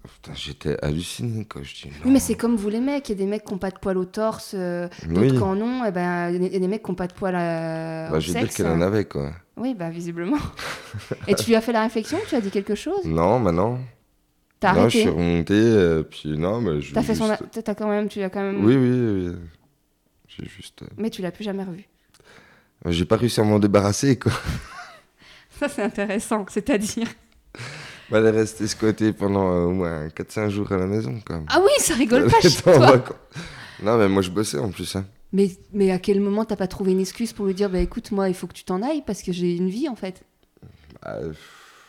Putain, j'étais halluciné quand je dis. non. Oui, mais c'est comme vous les mecs. Il y a des mecs qui n'ont pas de poils au torse, euh, d'autres Oui. qui en ont. Et ben, il y a des mecs qui n'ont pas de poils euh, Bah, au je veux dire sexe. qu'elle en avait, quoi. Oui, bah, visiblement. et tu lui as fait la réflexion Tu as dit quelque chose Non, bah non. T'as non, je arrêté suis remonté, euh, puis non, mais je. T'as fait son. juste- T'as quand même. Tu as quand même. Oui, oui, oui. J'ai juste. euh, bah, Mais tu l'as plus jamais revu. J'ai pas réussi à m'en débarrasser, quoi. Ça, c'est intéressant. C'est-à-dire. Bah, elle est restée squattée pendant euh, au moins 4-5 jours à la maison, quand même. Ah oui, ça rigole pas Elle chez était en toi. vacances. Non, mais moi, je bossais en plus, hein. Mais, mais à quel moment t'as pas trouvé une excuse pour lui dire bah écoute moi il faut que tu t'en ailles parce que j'ai une vie en fait Bah, euh,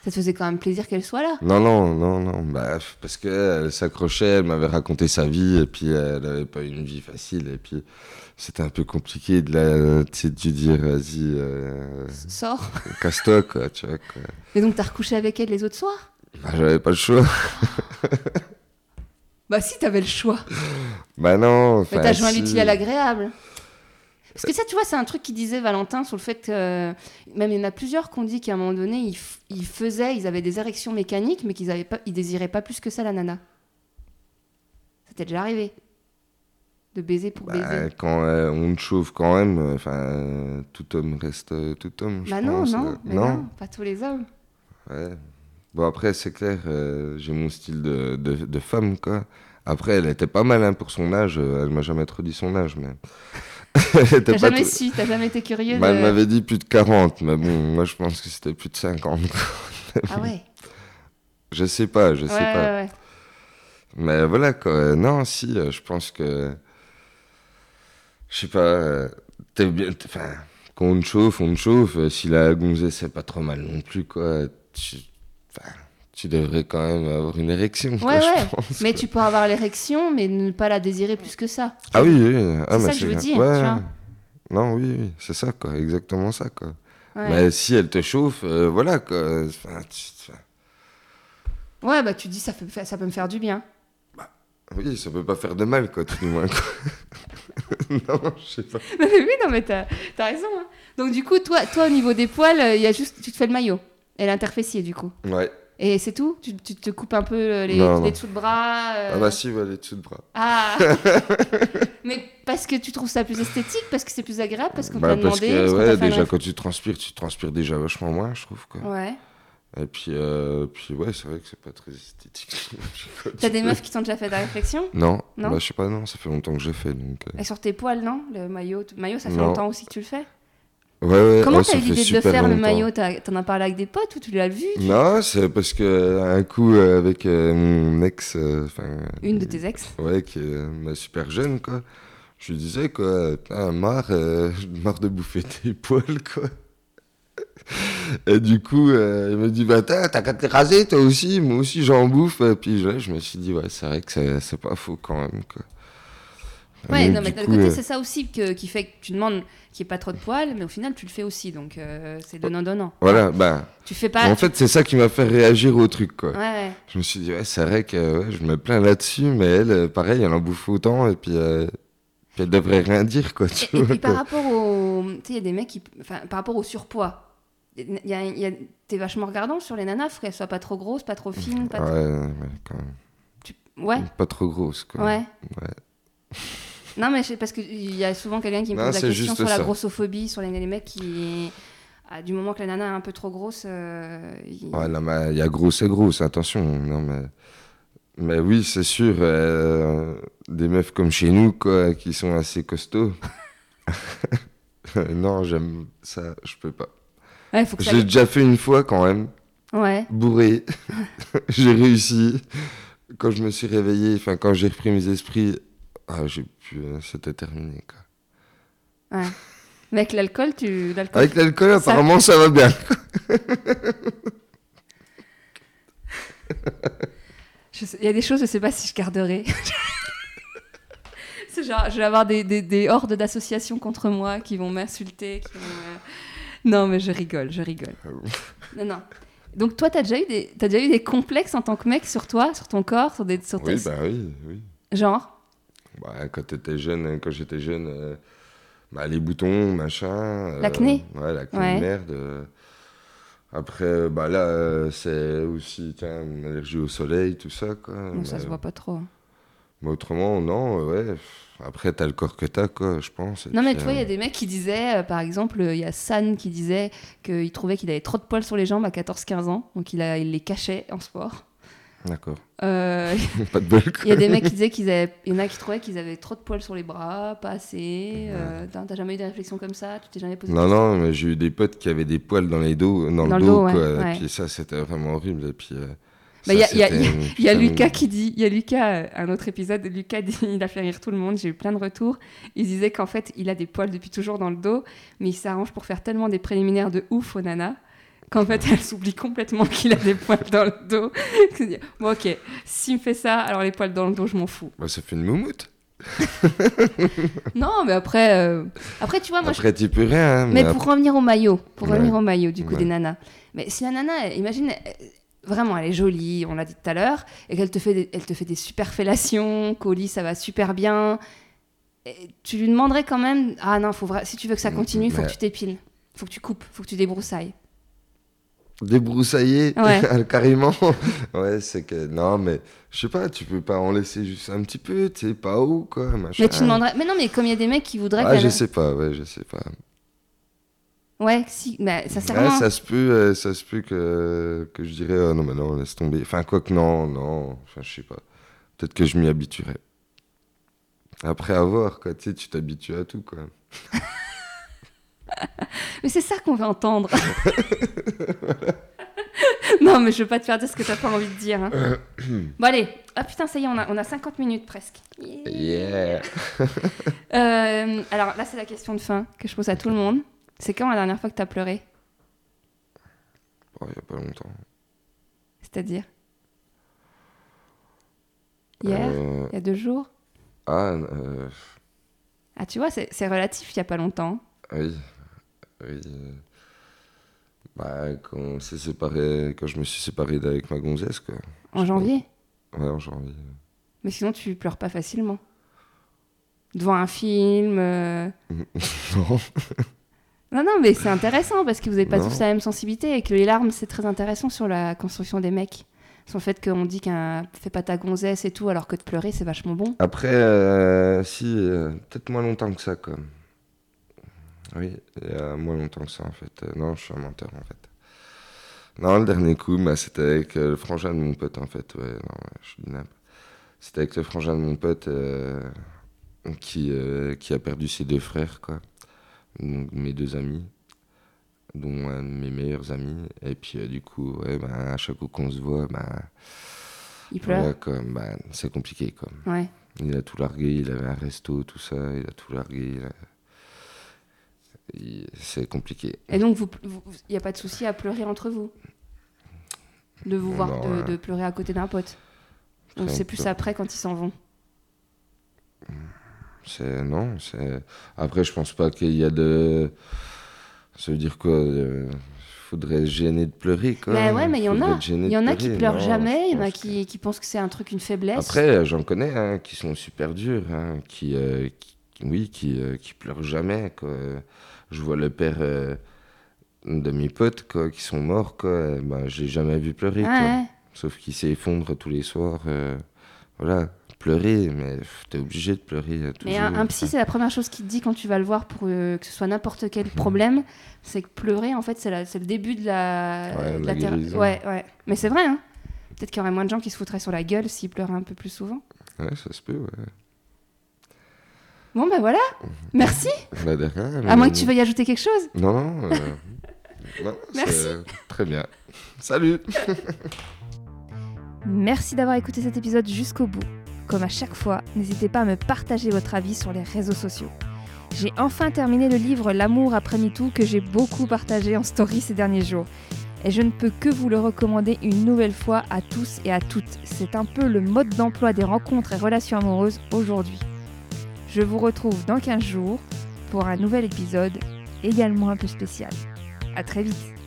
ça te faisait quand même plaisir qu'elle soit là Non, non, non, non. Bah, f- parce qu'elle s'accrochait, elle m'avait raconté sa vie, et puis euh, elle n'avait pas une vie facile, et puis c'était un peu compliqué de la. Tu sais, de lui dire, vas-y, euh, sors casse-toi, quoi, tu vois, quoi. et donc t'as recouché avec elle les autres soirs Bah, j'avais pas le choix. bah si t'avais le choix Bah, non. Mais enfin, t'as joint si. l'utile à l'agréable. Parce que ça, tu vois, c'est un truc qui disait Valentin sur le fait que. euh, Même il y en a plusieurs qu'on dit qu'à un moment donné, ils, f- ils faisaient, ils avaient des érections mécaniques, mais qu'ils avaient pas, ils désiraient pas plus que ça la nana. Ça t'est déjà arrivé De baiser pour baiser. Bah, quand euh, on te chauffe quand même, euh, enfin, euh, tout homme reste euh, tout homme. je Bah non, pense, euh, non, mais non. pas tous les hommes. Ouais. Bon, après, c'est clair, euh, j'ai mon style de, de, de femme, quoi. Après, elle était pas mal hein, pour son âge. euh, Elle m'a jamais trop dit son âge, mais. elle était T'as pas jamais trop- su, t'as jamais été curieux Bah, elle de. m'avait dit plus de 40, mais bon, moi je pense que c'était plus de 50. Ah ouais, Je sais pas, je ouais, sais ouais, pas. ouais. Mais voilà, quoi. Euh, Non, si, euh, je pense que. Je sais pas. euh, T'es bien. t'es- Enfin, quand on te chauffe, on te chauffe. Euh, Si la gonzesse, c'est pas trop mal non plus, quoi. Tu... Enfin, tu devrais quand même avoir une érection, quoi, Ouais, je ouais. pense. Mais tu peux avoir l'érection, mais ne pas la désirer plus que ça. Ah oui, oui. oui. Ah, C'est mais ça que je veux bien. dire, Ouais. tu vois. Non, oui, oui. C'est ça, quoi. Exactement ça, quoi. Ouais. Mais si elle te chauffe, euh, voilà, quoi. Enfin, tu- enfin, Ouais, bah tu dis, ça, fait, ça peut me faire du bien. Oui, ça peut pas faire de mal, quoi, tout du moins, quoi. non, je sais pas. Non, mais oui, non, mais t'as t'as raison. hein. Donc, du coup, toi, toi au niveau des poils, euh, il y a juste, tu te fais le maillot et l'interfessier, du coup. Ouais. Et c'est tout tu, tu te coupes un peu euh, les, Non, non. les dessous de bras euh, Ah bah si, bah, les dessous de bras. Ah. Mais parce que tu trouves ça plus esthétique, parce que c'est plus agréable, parce qu'on Bah, t'a demandé. parce que parce qu'on ouais, t'a fait un déjà ref- quand tu transpires, tu transpires déjà vachement moins, je trouve quoi. Ouais. Et puis euh, puis ouais, c'est vrai que c'est pas très esthétique. T'as des meufs qui t'ont déjà fait de la réflexion Non, Non bah, je sais pas non, ça fait longtemps que j'ai fait donc. euh, Et sur tes poils, non Le maillot, t- maillot, ça fait Non. longtemps aussi que tu le fais. euh, Ouais ouais. Comment ouais, t'as ça eu fait l'idée de le super faire, le longtemps. maillot T'as- T'en as parlé avec des potes ou tu l'as vu Non, c'est parce que euh, un coup euh, avec euh, mon ex euh, enfin euh, Une de tes ex ouais qui est ma super jeune quoi. Je lui disais quoi, putain, marre, euh, marre de bouffer tes poils quoi. Et du coup, euh, il me dit, bah t'as t'as qu'à te les raser toi aussi, moi aussi j'en bouffe. Et puis là, je me suis dit, ouais, c'est vrai que c'est- c'est pas faux quand même quoi. Ouais, Donc, non, mais du d'un coup, côté, euh, c'est ça aussi que- qui fait que tu demandes qu'il n'y ait pas trop de poils, mais au final, tu le fais aussi, donc euh, c'est donnant-donnant. Voilà, bah, Tu fais pas. en fait, c'est ça qui m'a fait réagir au truc quoi. Ouais, ouais. Je me suis dit, ouais, c'est vrai que ouais, je me plains là-dessus, mais elle, euh, pareil, elle en bouffe autant et puis, euh, puis elle devrait rien dire quoi. Tu Et, et vois, puis par quoi. rapport au. Tu sais, il y a des mecs qui. Enfin, par rapport au surpoids. il Y a- il y a- T'es vachement regardant sur les nanas, faut qu'elles soient pas trop grosses, pas trop fines, pas Ouais, ouais, quand même. trop. Ouais, Pas trop grosse quoi. ouais. Ouais. Non, mais c'est parce qu'il y a souvent quelqu'un qui me Non, pose la c'est question juste sur la ça. grossophobie, sur les, les mecs qui. ah, du moment que la nana est un peu trop grosse. euh, ils- Ouais, non, mais il y a gros, c'est gros, c'est attention. Non, mais... mais oui, c'est sûr, euh, des meufs comme chez nous, quoi, qui sont assez costauds. non, j'aime ça, je peux pas. Ouais, faut que ça. J'ai déjà fait une fois quand même, Ouais. bourré. j'ai réussi. Quand je me suis réveillé, enfin, quand j'ai repris mes esprits, ah, j'ai pu, euh, c'était terminé, quoi. Mais avec l'alcool, tu. l'alcool, Avec l'alcool, Ça- apparemment, ça va bien. Je sais- Il y a des choses, je sais pas si je garderai. C'est genre, je vais avoir des, des- des hordes d'associations contre moi qui vont m'insulter. qui vont, euh, Non, mais je rigole, je rigole. Ah Non, non. Donc, toi, t'as déjà, eu des- t'as déjà eu des complexes en tant que mec sur toi, sur ton corps, sur, des, sur tes- Oui, bah oui, oui. Genre Bah, quand t'étais jeune, hein, quand j'étais jeune, euh, bah, les boutons, machin. euh, L'acné Ouais, l'acné, Ouais. merde. euh, Après, bah là, euh, c'est aussi tiens, une allergie au soleil, tout ça. Quoi. Donc ça Mais- se voit pas trop. euh, mais autrement, non, euh, ouais. Après, t'as le corps que t'as, quoi, je pense. et Non, mais puis, tu vois, il y a des mecs qui disaient, euh, par exemple, euh, il y a San qui disait qu'il trouvait qu'il avait trop de poils sur les jambes à 14-15 ans, donc il, a, il les cachait en sport. euh, D'accord. Euh, Pas de bol, quoi. Il y a des mecs qui disaient qu'ils avaient. Il y en a qui trouvaient qu'ils avaient trop de poils sur les bras, pas assez. euh, t'as t'as jamais eu des réflexions comme ça Tu t'es jamais posé Non, de non, mais j'ai eu des potes qui avaient des poils dans les dos, euh, dans, Dans le le dos, dos, ouais, quoi. ouais. Et puis ça, c'était vraiment horrible. Et puis. euh, Bah, ça, y a- y a- c'était une Il y a putain de- Lucas qui dit, il y a Lucas, euh, un autre épisode, Lucas dit, il a fait rire tout le monde, j'ai eu plein de retours. Il disait qu'en fait, il a des poils depuis toujours dans le dos, mais il s'arrange pour faire tellement des préliminaires de ouf aux nanas qu'en fait, elles s'oublient complètement qu'il a des poils dans le dos. Il dit, bon, ok, s'il me fait ça, alors les poils dans le dos, je m'en fous. Bah, ça fait une moumoute. Non, mais après, euh, après, tu vois, moi, je- Après, t'y peux rien. hein, Mais mais pour revenir au maillot, pour Ouais. revenir au maillot du coup Ouais. des nanas. Mais si la nana, elle- imagine, elle- vraiment, elle est jolie, on l'a dit tout à l'heure, et qu'elle te fait, des, elle te fait des super fellations, qu'au lit ça va super bien. et tu lui demanderais quand même, ah non, faut vra- si tu veux Mm, que ça continue, il faut Mais- que tu t'épiles, faut que tu coupes, faut que tu débroussailles. débroussailler Ouais. carrément. ouais, c'est que non, mais je sais pas, tu peux pas en laisser juste un petit peu, tu sais, pas où quoi, machin. Mais tu demanderais, mais non, mais comme il y a des mecs qui voudraient, Ah, qu'elle- je sais pas, ouais, je sais pas. ouais, si, mais ça sert Ouais, Ah, vraiment- ça se peut, euh, ça se peut que, que je dirais Ah non mais non laisse tomber. Enfin quoi que non, non, enfin je sais pas. Peut-être que je m'y habituerai. Après avoir quoi, tu sais, tu t'habitues à tout quoi. Mais c'est ça qu'on veut entendre. non, mais je veux pas te faire dire ce que t'as pas envie de dire. hein. bon, allez. Ah putain, ça y est, on a, on a 50 minutes presque. Yeah. Euh, alors là, c'est la question de fin que je pose à tout le monde. C'est quand la dernière fois que t'as pleuré Bon, Oh, il y a pas longtemps. C'est-à-dire Hier Euh, Il y a deux jours ah euh, Ah, tu vois, c'est c'est relatif, il y a pas longtemps. oui, oui. euh, Bah quand on s'est séparé, quand je me suis séparé d'avec ma gonzesse quoi. En janvier Ouais en janvier. Mais sinon, tu pleures pas facilement. Devant un film. euh, Non. Non, non, mais c'est intéressant parce que vous n'avez pas Non. tous la même sensibilité et que les larmes, c'est très intéressant sur la construction des mecs. Sur le fait qu'on dit qu'un fais pas ta gonzesse et tout, alors que de pleurer, c'est vachement bon. Après, euh, si, euh, peut-être moins longtemps que ça, quoi. Oui, il y a moins longtemps que ça, en fait. Euh, non, je suis un menteur, en fait. Non, le dernier coup, bah, c'était avec euh, le frangin de mon pote, en fait. Ouais, non, ouais, je suis nappe. C'était avec le frangin de mon pote euh, qui, euh, qui a perdu ses deux frères, quoi. Donc, mes deux amis, dont un de mes meilleurs amis. Et puis, euh, du coup, ouais, bah, à chaque coup qu'on se voit, bah, Il pleure. voilà, quoi, bah, c'est compliqué, quoi. Ouais. Il a tout largué, il avait un resto, tout ça, il a tout largué. il a- il- C'est compliqué. Et donc, vous- vous- vous- il n'y a pas de souci à pleurer entre vous De vous voir, Non, de, ouais. de pleurer à côté d'un pote Très Donc, c'est plus peu. après quand ils s'en vont. C'est non, c'est. Après, je pense pas qu'il y a de. Ça veut dire quoi de- Faudrait se gêner de pleurer, quoi. Mais Ben ouais, mais il y en Faudrait a. être gêné Il de y en a qui pleurer, pleurent non, jamais, il y en je a pense qui, qui pensent que c'est un truc, une que- faiblesse. Après, euh, j'en connais hein, qui sont super durs, hein, qui, euh, qui- oui, qui, euh, qui pleurent jamais, quoi. Je vois le père euh, de mes potes, quoi, qui sont morts, quoi. et Ben, j'ai jamais vu pleurer, Ouais, quoi. ouais. Sauf qu'il s'effondre tous les soirs. euh, voilà, pleurer, mais pff, t'es obligé de pleurer. euh, Mais toujours, un, un psy, enfin. c'est la première chose qu'il te dit quand tu vas le voir pour euh, que ce soit n'importe quel problème. C'est que pleurer, en fait, c'est la- c'est le début de la, de Ouais, la la thé- guérison. Ouais, ouais. Mais c'est vrai, hein. Peut-être qu'il y aurait moins de gens qui se foutraient sur la gueule s'ils pleuraient un peu plus souvent. Ouais, ça se peut, ouais. Bon, ben voilà. Merci. Bah, de rien, À mais- moins que tu veuilles ajouter quelque chose. Non, non. euh, non, Merci. c'est- Très bien. Salut Merci d'avoir écouté cet épisode jusqu'au bout. Comme à chaque fois, n'hésitez pas à me partager votre avis sur les réseaux sociaux. J'ai enfin terminé le livre L'amour après MeToo que j'ai beaucoup partagé en story ces derniers jours. Et je ne peux que vous le recommander une nouvelle fois à tous et à toutes. C'est un peu le mode d'emploi des rencontres et relations amoureuses aujourd'hui. Je vous retrouve dans 15 jours pour un nouvel épisode également un peu spécial. À très vite